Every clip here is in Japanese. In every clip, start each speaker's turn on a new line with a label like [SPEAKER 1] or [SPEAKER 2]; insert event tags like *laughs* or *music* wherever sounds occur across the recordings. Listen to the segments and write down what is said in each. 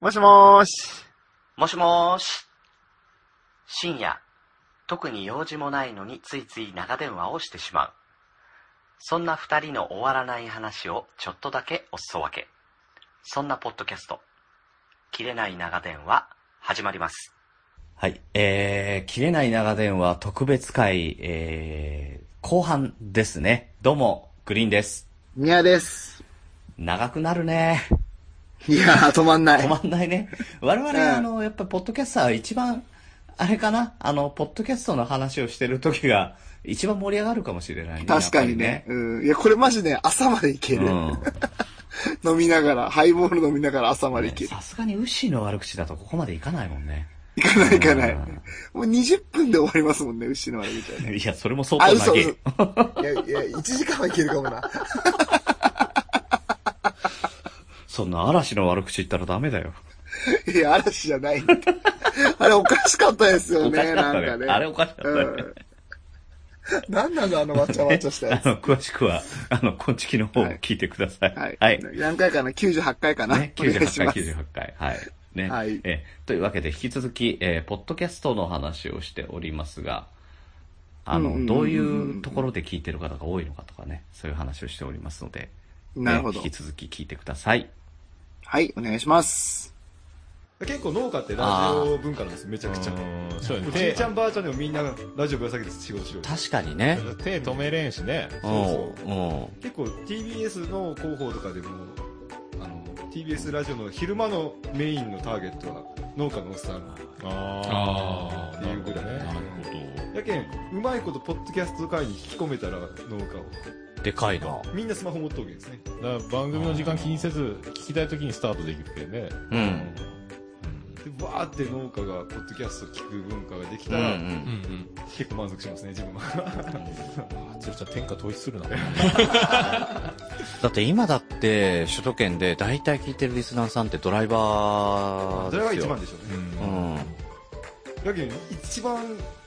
[SPEAKER 1] もしもーし。
[SPEAKER 2] もしもーし。深夜、特に用事もないのについつい長電話をしてしまう。そんな二人の終わらない話をちょっとだけおすそ分け。そんなポッドキャスト、切れない長電話、始まります。はい、えー、切れない長電話特別会、えー、後半ですね。どうも、グリーンです。
[SPEAKER 1] みやです。
[SPEAKER 2] 長くなるね。
[SPEAKER 1] いやー、止まんない。
[SPEAKER 2] *laughs* 止まんない
[SPEAKER 1] *laughs*
[SPEAKER 2] ね。我々、
[SPEAKER 1] うん
[SPEAKER 2] あの、やっぱりポッドキャスターは一番、あれかなあの、ポッドキャストの話をしてる時が、 *laughs* 一番盛り上がるかもしれないね。
[SPEAKER 1] 確かに
[SPEAKER 2] やっ
[SPEAKER 1] ね。うん。いや、これマジね、朝までいけ
[SPEAKER 2] ぱり
[SPEAKER 1] る。
[SPEAKER 2] ね。
[SPEAKER 1] 飲みながら、ハイボール飲みながら朝ま
[SPEAKER 2] うん
[SPEAKER 1] で
[SPEAKER 2] ね
[SPEAKER 1] いける。
[SPEAKER 2] さすがにウッシーの悪口だとここまでいかないもんね。
[SPEAKER 1] いかないいかない。
[SPEAKER 2] う
[SPEAKER 1] も
[SPEAKER 2] ん
[SPEAKER 1] う20分で終わりますもんね、牛の悪みたいな。
[SPEAKER 2] いや、それも相
[SPEAKER 1] あ、
[SPEAKER 2] 当
[SPEAKER 1] 嘘
[SPEAKER 2] 長
[SPEAKER 1] 嘘。
[SPEAKER 2] い
[SPEAKER 1] い。や、
[SPEAKER 2] *laughs*
[SPEAKER 1] いや、1時間はいけるかもな。
[SPEAKER 2] そんな嵐の悪口言ったらダメだよ。
[SPEAKER 1] いや、嵐じゃない。あれおかしかったですよ
[SPEAKER 2] おか
[SPEAKER 1] ね、
[SPEAKER 2] しか
[SPEAKER 1] な
[SPEAKER 2] っ
[SPEAKER 1] ん
[SPEAKER 2] た
[SPEAKER 1] か
[SPEAKER 2] ね。
[SPEAKER 1] ね。
[SPEAKER 2] あれおかしかった
[SPEAKER 1] う
[SPEAKER 2] ね
[SPEAKER 1] ん。。なんなのあのわちゃわちゃしたや
[SPEAKER 2] *laughs* あ
[SPEAKER 1] つ。
[SPEAKER 2] の、詳しくは、あの、こんちきの方を聞いてください。
[SPEAKER 1] はい。
[SPEAKER 2] *laughs* はい。
[SPEAKER 1] 何回かな ?98 回かな、
[SPEAKER 2] ね、
[SPEAKER 1] お願い
[SPEAKER 2] 98
[SPEAKER 1] し
[SPEAKER 2] 回、
[SPEAKER 1] ます。
[SPEAKER 2] 98回。はい。ね。
[SPEAKER 1] はい
[SPEAKER 2] えーというわけで、引き続き、えーポッドキャストの話をしておりますが、あの、
[SPEAKER 1] うんうんうんうん
[SPEAKER 2] どういうところで聞いてる方が多いのかとかね、そういう話をしておりますので、ね
[SPEAKER 1] なるほど
[SPEAKER 2] 引き。続き聞いてください。
[SPEAKER 1] はい、お願いします。
[SPEAKER 3] 結構農家ってラジオ文化なんですよめちゃくちゃ
[SPEAKER 4] そうや
[SPEAKER 3] お
[SPEAKER 4] ね
[SPEAKER 3] じい
[SPEAKER 4] 手
[SPEAKER 3] ちゃんばあちゃんでもみんなラジオぶら下げて仕事しようよ
[SPEAKER 2] 確かにね。
[SPEAKER 4] 手止めれんしね
[SPEAKER 3] そう
[SPEAKER 2] うん。うん
[SPEAKER 3] 結構 TBS の広報とかでもあの TBS ラジオの昼間のメインのターゲットは農家のおっさん
[SPEAKER 4] ああ
[SPEAKER 3] っていうぐらい
[SPEAKER 4] なるほ
[SPEAKER 3] やけんうまいことポッドキャスト界に引き込めたら農家を
[SPEAKER 4] どでかいな
[SPEAKER 3] みんなスマホ持っとうけんですね
[SPEAKER 4] だから番組の時間気にせず聞きたい時にスタートできるけんね
[SPEAKER 2] うん。
[SPEAKER 3] でわーって農家がポッドキャスト聞く文化ができ
[SPEAKER 2] う
[SPEAKER 3] たら、
[SPEAKER 2] ん。
[SPEAKER 3] 結構満足しますね自分は
[SPEAKER 4] あちよちゃん天下統一するな
[SPEAKER 2] だって今だって、首都圏で大体聞いてるリスナーさんってドライバー
[SPEAKER 3] *laughs* それが一番でしょうね、
[SPEAKER 2] うん。
[SPEAKER 3] だけど一番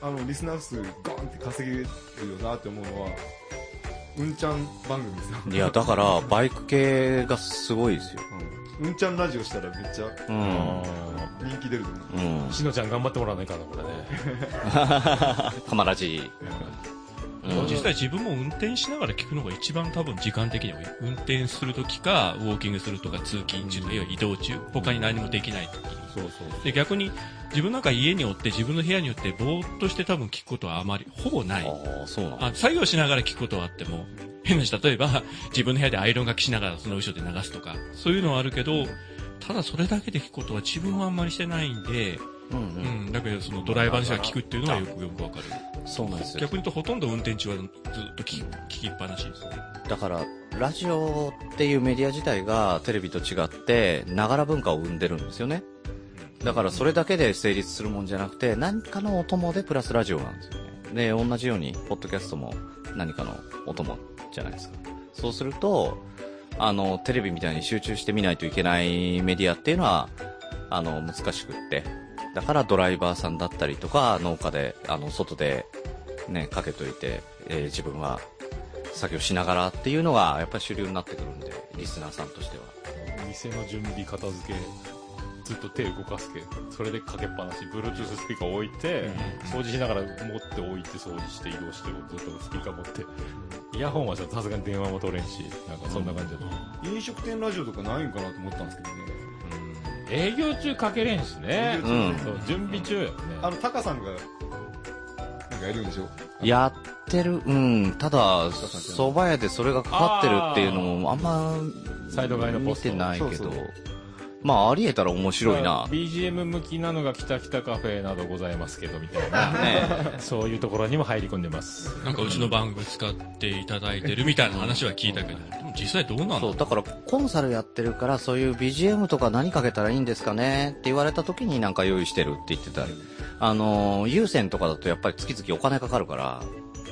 [SPEAKER 3] あのリスナー数ガンって稼げるよなって思うのはうんちゃん番組ですよ
[SPEAKER 2] いや、だから、バイク系がすごいですよ。
[SPEAKER 3] うん、うんちゃんラジオしたらめっちゃ
[SPEAKER 2] うん。
[SPEAKER 3] 人気出ると思う
[SPEAKER 2] うん。
[SPEAKER 4] しのちゃん頑張ってもらわないかなこれね
[SPEAKER 2] たまらじ。うん
[SPEAKER 5] 実際自分も運転しながら聞くのが一番多分時間的には多い運転するときか、ウォーキングするとか、通勤中とか、要は移動中、他に何もできないときに。
[SPEAKER 4] そうそう
[SPEAKER 5] で、逆に、自分なんか家におって、自分の部屋におって、ぼーっとして多分聞くことはあまり、ほぼない。
[SPEAKER 2] ああ、そうなの
[SPEAKER 5] あ作業しながら聞くことはあっても、変な話、例えば、自分の部屋でアイロンがきしながらその後ろで流すとか、そういうのはあるけど、ただそれだけで聞くことは自分はあんまりしてないんで、
[SPEAKER 2] うんう。
[SPEAKER 5] うんん、だけどそのドライバーの人が聞くっていうのはよくよくわかる。
[SPEAKER 2] そうなんですよ。
[SPEAKER 5] 逆に言うとほとんど運転中はずっと聞き聞きっぱなしですね。
[SPEAKER 2] だから、ラジオっていうメディア自体がテレビと違って、ながら文化を生んでるんですよね。だからそれだけで成立するもんじゃなくて、何かのお供でプラスラジオなんですよね。で、同じように、ポッドキャストも何かのお供じゃないですか。そうすると、あの、テレビみたいに集中して見ないといけないメディアっていうのは、あの、難しくって。だからドライバーさんだったりとか、農家で、あの、外で、ね、かけといて、えー自分は作業しながらっていうのがやっぱり主流になってくるんでリスナーさんとしては
[SPEAKER 4] 店の準備片付けずっと手動かすけそれでかけっぱなし Bluetooth スピーカー置いて、掃除しながら持って置いて掃除して移動してずっとスピーカー持ってイヤホンはさすがに電話も取れんしなんかそんな感じだと、
[SPEAKER 3] 飲食店ラジオとかないんかなと思ったんですけどね
[SPEAKER 4] 営業中かけれんしね
[SPEAKER 3] 営業中
[SPEAKER 2] うん
[SPEAKER 4] そう準備中やね
[SPEAKER 3] あのタカさんがなんかやるんでしょ
[SPEAKER 2] やってるうんただ蕎麦屋でそれがかかってるっていうのもあんま
[SPEAKER 4] サイド買いのポ
[SPEAKER 2] 見
[SPEAKER 4] スト
[SPEAKER 2] てないけ
[SPEAKER 3] そ
[SPEAKER 2] ど
[SPEAKER 3] うそう
[SPEAKER 2] まあありえたら面白いな
[SPEAKER 4] BGM 向きなのが「きたきたカフェ」などございますけどみたい
[SPEAKER 2] *laughs*
[SPEAKER 4] な
[SPEAKER 2] ね
[SPEAKER 4] そういうところにも入り込んでます
[SPEAKER 5] なんかうちの番組使っていただいてるみたいな話は聞いたけど、でも実際どうなんだろ
[SPEAKER 2] そううだからコンサルやってるからそういう BGM とか何かけたらいいんですかねって言われた時になんか用意してるって言ってたりあのー有線とかだとやっぱり月々お金かかるから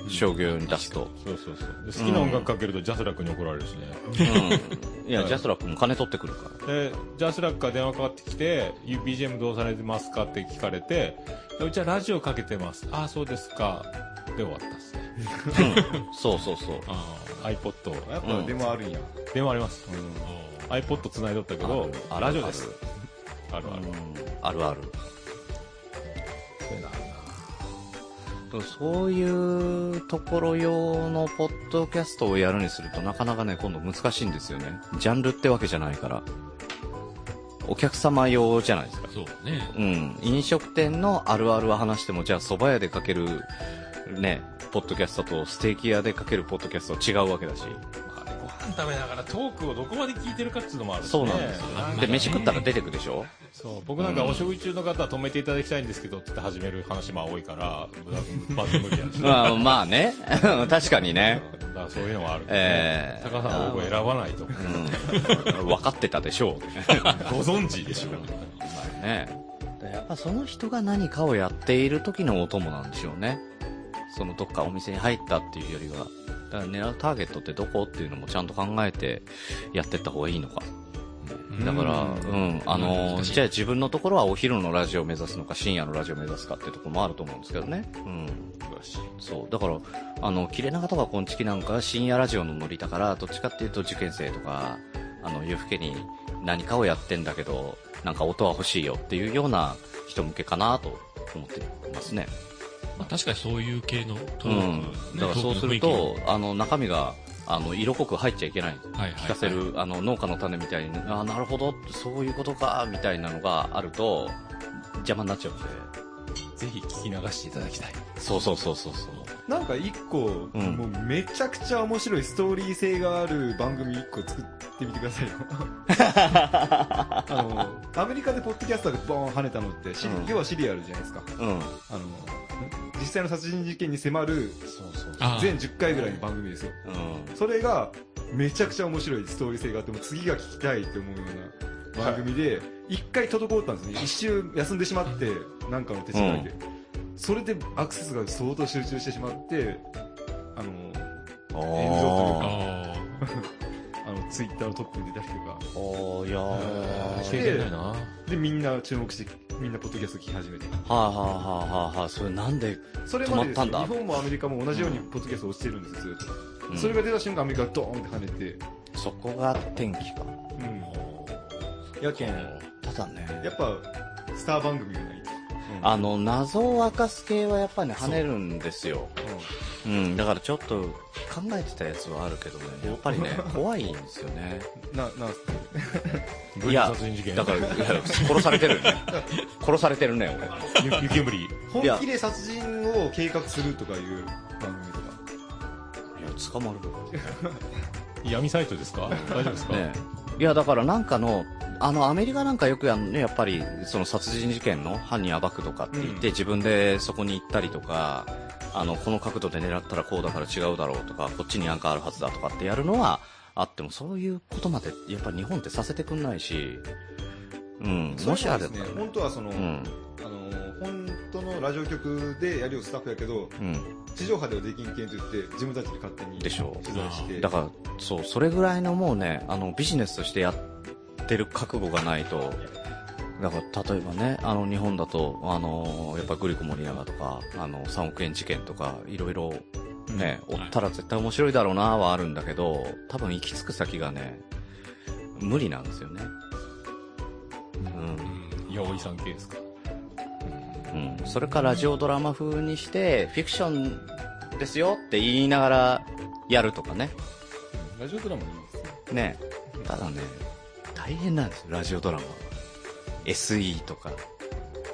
[SPEAKER 2] 商業用に出すと、
[SPEAKER 4] そうそうそうで好きな音楽かけるとジャスラックに怒られるしね、
[SPEAKER 2] うん、いやジャスラックも金取ってくるから
[SPEAKER 4] でジャスラックから電話かかってきて「BGM どうされてますか?」って聞かれて「うちはラジオかけてます」「ああそうですか」で終わったっすね
[SPEAKER 2] うんそうそうそう。
[SPEAKER 4] ああ *laughs* iPod
[SPEAKER 3] やっぱ出回るんや、
[SPEAKER 4] 電話あります iPod つないどったけど
[SPEAKER 2] ある
[SPEAKER 4] ラジオですあるある。
[SPEAKER 2] あるある。
[SPEAKER 4] そうなんだ。
[SPEAKER 2] そういうところ用のポッドキャストをやるにするとなかなかね、今度難しいんですよね。ジャンルってわけじゃないから。お客様用じゃないですか。
[SPEAKER 5] そうね。
[SPEAKER 2] うん。飲食店のあるあるは話しても、じゃあ蕎麦屋でかける、ね、ポッドキャストとステーキ屋でかけるポッドキャストは違うわけだし。
[SPEAKER 4] まあね、ご飯食べながらトークをどこまで聞いてるかっていうのもあるしね
[SPEAKER 2] そうなんですよ
[SPEAKER 4] なんかね
[SPEAKER 2] で、飯食ったら出てくでしょ
[SPEAKER 4] そう僕なんかお食事中の方は止めていただきたいんですけどって言って始める話も多いから、まず無理や *laughs* し。
[SPEAKER 2] まあ、まあね。 *laughs* 確かにね。
[SPEAKER 4] だからそういうのはあるけど、
[SPEAKER 2] ええ
[SPEAKER 4] 高橋さんは僕選ばないと思う
[SPEAKER 2] うん。分かってたでしょう。
[SPEAKER 4] *laughs* ご存知でしょ
[SPEAKER 2] ねやっぱその人が何かをやっている時のお供なんでしょうねそのどっかお店に入ったっていうよりはだから狙うターゲットってどこっていうのもちゃんと考えてやってった方がいいのかだからうん、あの
[SPEAKER 5] 難しい
[SPEAKER 2] じゃあ自分のところはお昼のラジオを目指すのか深夜のラジオを目指すかっていうところもあると思うんですけどねうんそうだからあの切れ長とかこんちきなんかは深夜ラジオのノリだからどっちかっていうと受験生とかあの夜更けに何かをやってんだけどなんか音は欲しいよっていうような人向けかなと思ってますね、
[SPEAKER 5] まあ確かにそういう系のト
[SPEAKER 2] う
[SPEAKER 5] ーク、
[SPEAKER 2] ん、だ
[SPEAKER 5] ね
[SPEAKER 2] からそうする、
[SPEAKER 5] トー
[SPEAKER 2] とあの中身があの色濃く入っちゃいけない
[SPEAKER 5] クの雰囲気はいはいはい
[SPEAKER 2] 聞かせる、あの農家の種みたいにあーなるほどそういうことかみたいなのがあると邪魔になっちゃうんで
[SPEAKER 4] *laughs* ぜひ聞き流していただきたい
[SPEAKER 2] そうそうそうそうそう
[SPEAKER 3] なんか一個、
[SPEAKER 2] うん
[SPEAKER 3] もうめちゃくちゃ面白いストーリー性がある番組一個作ってみてください
[SPEAKER 2] *laughs*
[SPEAKER 3] よ。あの、アメリカでポッドキャスターがボーン跳ねたのって、シリ
[SPEAKER 2] うん
[SPEAKER 3] 要はシリアルじゃないですか。
[SPEAKER 2] うん
[SPEAKER 3] あの、実際の殺人事件に迫る
[SPEAKER 2] そうそう
[SPEAKER 5] ああ
[SPEAKER 3] 全10回ぐらいの番組ですよ。
[SPEAKER 2] うん
[SPEAKER 3] それがめちゃくちゃ面白いストーリー性があって、もう次が聞きたいって思うような番組で、一、回滞ったんですね。一周休んでしまって、なんかの手違いで。それでアクセスが相当集中してしまって、あの、炎上というか
[SPEAKER 5] あ
[SPEAKER 3] あの、ツイッターのトップに出たりとか。
[SPEAKER 2] おーいやー
[SPEAKER 4] あ
[SPEAKER 2] は
[SPEAKER 4] ー
[SPEAKER 3] 経
[SPEAKER 4] 経
[SPEAKER 3] 験
[SPEAKER 4] 験な
[SPEAKER 3] な
[SPEAKER 4] いいな
[SPEAKER 3] で、みんな注目して、みんなポッドキャスト聞き始めて。
[SPEAKER 2] あ、はあはあはあはあ、それなんで、
[SPEAKER 3] それまでです
[SPEAKER 2] 止ま
[SPEAKER 3] よ
[SPEAKER 2] ったんだ
[SPEAKER 3] 日本もアメリカも同じようにポッドキャスト落ちてるんですよ、ずっ
[SPEAKER 2] う
[SPEAKER 3] と
[SPEAKER 2] ん
[SPEAKER 3] それが出た瞬間、アメリカがドーンって跳ねて。
[SPEAKER 2] そこが天気か。
[SPEAKER 3] うん。やけん、や
[SPEAKER 2] ただね、
[SPEAKER 3] っぱ、スター番組がないと。うん
[SPEAKER 2] あの、謎を明かす系はやっぱね、跳ねるんですよ。うん、だからちょっと考えてたやつはあるけどね、やっぱりね、怖いんですよね。
[SPEAKER 3] うんな、なんすか
[SPEAKER 4] 文化殺人事件
[SPEAKER 2] だから、いや殺されてる *laughs* ね。殺されてるね、俺。
[SPEAKER 4] ゆ雪煙
[SPEAKER 3] 本
[SPEAKER 2] いや
[SPEAKER 3] 気で殺人を計画するとかいう番組とか。
[SPEAKER 2] いや、捕まる
[SPEAKER 4] 闇サイトですか大丈夫ですか、
[SPEAKER 2] ねいやだからなんかのあのアメリカなんかよくやんねやっぱりその殺人事件の犯人暴くとかって言って、自分でそこに行ったりとかあのこの角度で狙ったらこうだから違うだろうとかこっちになんかあるはずだとかってやるのはあってもそういうことまでやっぱり日本ってさせてくんないし、うん、もしあれ
[SPEAKER 3] そ
[SPEAKER 2] だっ
[SPEAKER 3] うで
[SPEAKER 2] たら
[SPEAKER 3] すね。
[SPEAKER 2] ね
[SPEAKER 3] 本当はその、
[SPEAKER 2] うん
[SPEAKER 3] あの、本当のラジオ局でやるようスタッフやけど、
[SPEAKER 2] うん
[SPEAKER 3] 地上波ではできんけんと言って、自分たちで勝手に
[SPEAKER 2] でしょう
[SPEAKER 3] 取材して。
[SPEAKER 2] だからそうそれぐらいのもうねあのビジネスとしてやってる覚悟がないとだから例えばねあの日本だとあのやっぱグリコ森永とかあの3億円事件とかいろいろね、
[SPEAKER 5] うん
[SPEAKER 2] 追ったら絶対面白いだろうなはあるんだけど多分行き着く先がね無理なんですよねうん
[SPEAKER 4] 八百井さん系ですか
[SPEAKER 2] うん、それかラジオドラマ風にして、フィクションですよって言いながらやるとかね。
[SPEAKER 4] ラジオドラマいいですね
[SPEAKER 2] ね。ただね、大変なんですよ、ラジオドラマは。SE とか、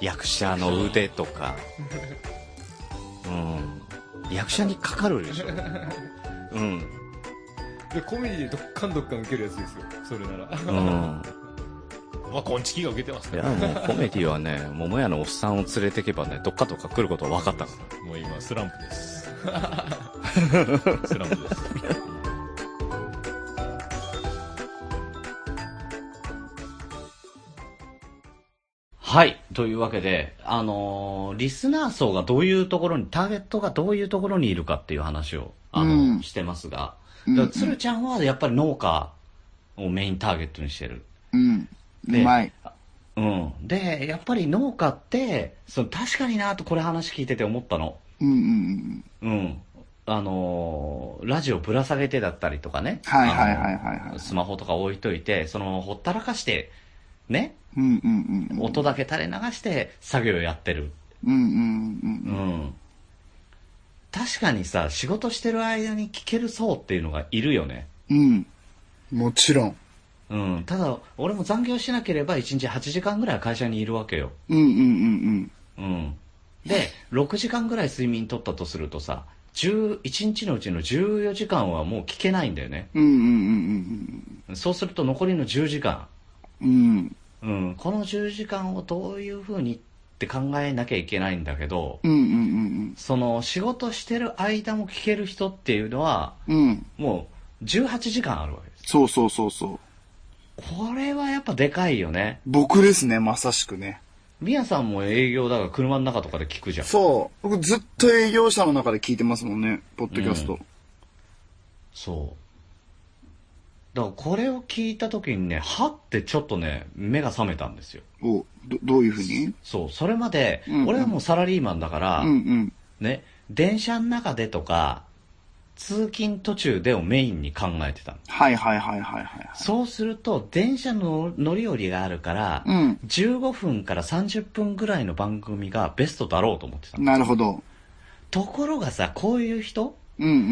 [SPEAKER 2] 役者の腕とか。うん。役者にかかるでしょ。うん。
[SPEAKER 3] で、コメディでどっかんどっかん受けるやつですよ。それなら。
[SPEAKER 2] うん。
[SPEAKER 4] まあこんちきが受けてます
[SPEAKER 2] い
[SPEAKER 4] か
[SPEAKER 2] や、
[SPEAKER 4] ら
[SPEAKER 2] もうコメディはね、桃屋のおっさんを連れてけばね、どっかどっか来ることは分かったか
[SPEAKER 4] もう今スランプですスランプです
[SPEAKER 2] はい。というわけで、あのーリスナー層がどういうところに、ターゲットがどういうところにいるかっていう話を、あの
[SPEAKER 1] うん
[SPEAKER 2] してますが、だから
[SPEAKER 1] うん
[SPEAKER 2] 鶴ちゃんはやっぱり農家をメインターゲットにしてる。
[SPEAKER 1] うん。う
[SPEAKER 2] ね
[SPEAKER 1] まい。
[SPEAKER 2] うん。で、やっぱり農家って、その確かになとこれ話聞いてて思ったの。
[SPEAKER 1] うんうんうん。
[SPEAKER 2] うん。あのーラジオぶら下げてだったりとかね。
[SPEAKER 1] はいはいはいはい
[SPEAKER 2] あ
[SPEAKER 1] は
[SPEAKER 2] の
[SPEAKER 1] い
[SPEAKER 2] スマホとか置いといて、その、ほったらかして、ね、
[SPEAKER 1] うんうんうん。
[SPEAKER 2] 音だけ垂れ流して作業やってる。
[SPEAKER 1] うんうんうん
[SPEAKER 2] う。ん。確かにさ、仕事してる間に聞ける層っていうのがいるよね。
[SPEAKER 1] うん。もちろん。
[SPEAKER 2] うん。ただ、俺も残業しなければ1日8時間ぐらい会社にいるわけよ。
[SPEAKER 1] うんうんうん
[SPEAKER 2] うん。で、6時間ぐらい睡眠取ったとするとさ、10 1日のうちの14時間はもう聞けないんだよね。
[SPEAKER 1] うん。うんうん
[SPEAKER 2] そうすると残りの10時間。
[SPEAKER 1] うんうん。うん。
[SPEAKER 2] うん。この10時間をどういう風にって考えなきゃいけないんだけど、
[SPEAKER 1] うんうん
[SPEAKER 2] その仕事してる間も聞ける人っていうのは、
[SPEAKER 1] うんうん。うん。
[SPEAKER 2] もう18時間あるわけです。
[SPEAKER 1] そうそうそうそう。
[SPEAKER 2] これはやっぱでかいよね。
[SPEAKER 1] 僕ですね、まさしくね。
[SPEAKER 2] みやさんも営業だから車の中とかで聞くじゃん。
[SPEAKER 1] そう。僕ずっと営業者の中で聞いてますもんね、ポッドキャスト。
[SPEAKER 2] そう。だからこれを聞いた時にね、はってちょっとね、目が覚めたんですよ。
[SPEAKER 1] おどどういうふうに
[SPEAKER 2] そう。それまで、
[SPEAKER 1] うんうん
[SPEAKER 2] 俺はもうサラリーマンだから、
[SPEAKER 1] うんうん。
[SPEAKER 2] ね、電車の中でとか、通勤途中でをメインに考えてたの。
[SPEAKER 1] はいはいはいはいはい。
[SPEAKER 2] そうすると、電車の乗り降りがあるから、
[SPEAKER 1] うん
[SPEAKER 2] 15分から30分ぐらいの番組がベストだろうと思ってたの。
[SPEAKER 1] なるほど。
[SPEAKER 2] ところがさ、こういう人、
[SPEAKER 1] うんうんうんう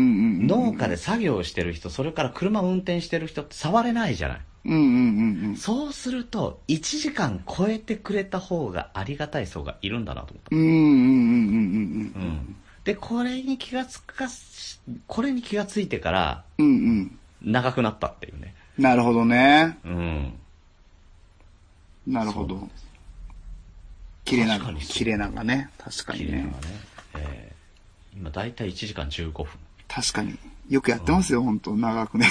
[SPEAKER 1] ん。
[SPEAKER 2] 農家で作業してる人、それから車運転してる人って触れないじゃない。
[SPEAKER 1] うんうんうん
[SPEAKER 2] そうすると、1時間超えてくれた方がありがたい層がいるんだなと思っ
[SPEAKER 1] う
[SPEAKER 2] た。
[SPEAKER 1] ん。うんうんうんうん
[SPEAKER 2] う。ん。で、これに気がつかす、これに気がついてから、
[SPEAKER 1] うんうん。
[SPEAKER 2] 長くなったっていうね。
[SPEAKER 1] なるほどね。
[SPEAKER 2] うん。
[SPEAKER 1] なるほど。切れ長。切れ長ね。確かにね。
[SPEAKER 2] えー、今大体1時間15分。
[SPEAKER 1] 確かに。よくやってますよ、本当長くね。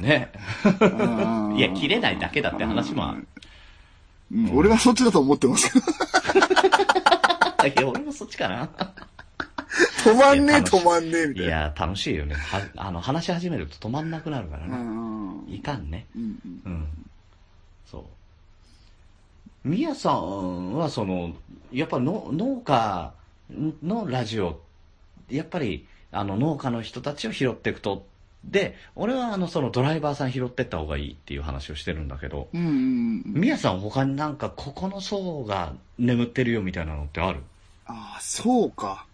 [SPEAKER 2] ね。
[SPEAKER 1] う
[SPEAKER 2] *laughs*
[SPEAKER 1] ん
[SPEAKER 2] いや、切れないだけだって話もある。
[SPEAKER 1] うん俺はそっちだと思ってますけど。
[SPEAKER 2] いや、俺もそっちかな。
[SPEAKER 1] 止まんねえ、
[SPEAKER 2] いや楽しい
[SPEAKER 1] 止まんねえ、
[SPEAKER 2] *laughs* い
[SPEAKER 1] みたいな。
[SPEAKER 2] や、楽しいよね。はあの、話し始めると止まんなくなるから
[SPEAKER 1] う
[SPEAKER 2] ね。
[SPEAKER 1] んうん
[SPEAKER 2] いかんね。
[SPEAKER 1] うん
[SPEAKER 2] うん。そう。みやさんは、その、やっぱの農家のラジオ、やっぱり、あの、農家の人たちを拾っていくと、で、俺は、あの、そのドライバーさん拾ってった方がいいっていう話をしてるんだけど、
[SPEAKER 1] うんうんうん。
[SPEAKER 2] みやさん他になんか、ここの層が眠ってるよみたいなのってある
[SPEAKER 1] ああ、そうか。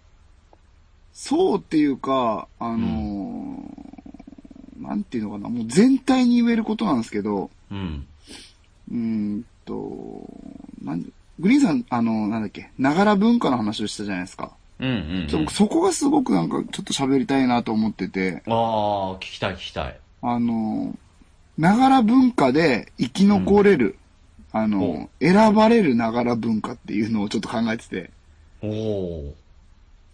[SPEAKER 1] そうっていうか、あのーなんていうのかな、もう全体に言えることなんですけど、
[SPEAKER 2] うん。
[SPEAKER 1] うーんと、なんグリーンさん、あの、なんだっけ、ながら文化の話をしたじゃないですか。
[SPEAKER 2] うんうん、
[SPEAKER 1] ち
[SPEAKER 2] う
[SPEAKER 1] ょ
[SPEAKER 2] ん。
[SPEAKER 1] 僕そこがすごくなんか、ちょっと喋りたいなと思ってて、
[SPEAKER 2] ああ、聞きたい聞きたい。
[SPEAKER 1] あのーながら文化で生き残れる、あのー選ばれるながら文化っていうのをちょっと考えてて、
[SPEAKER 2] おお。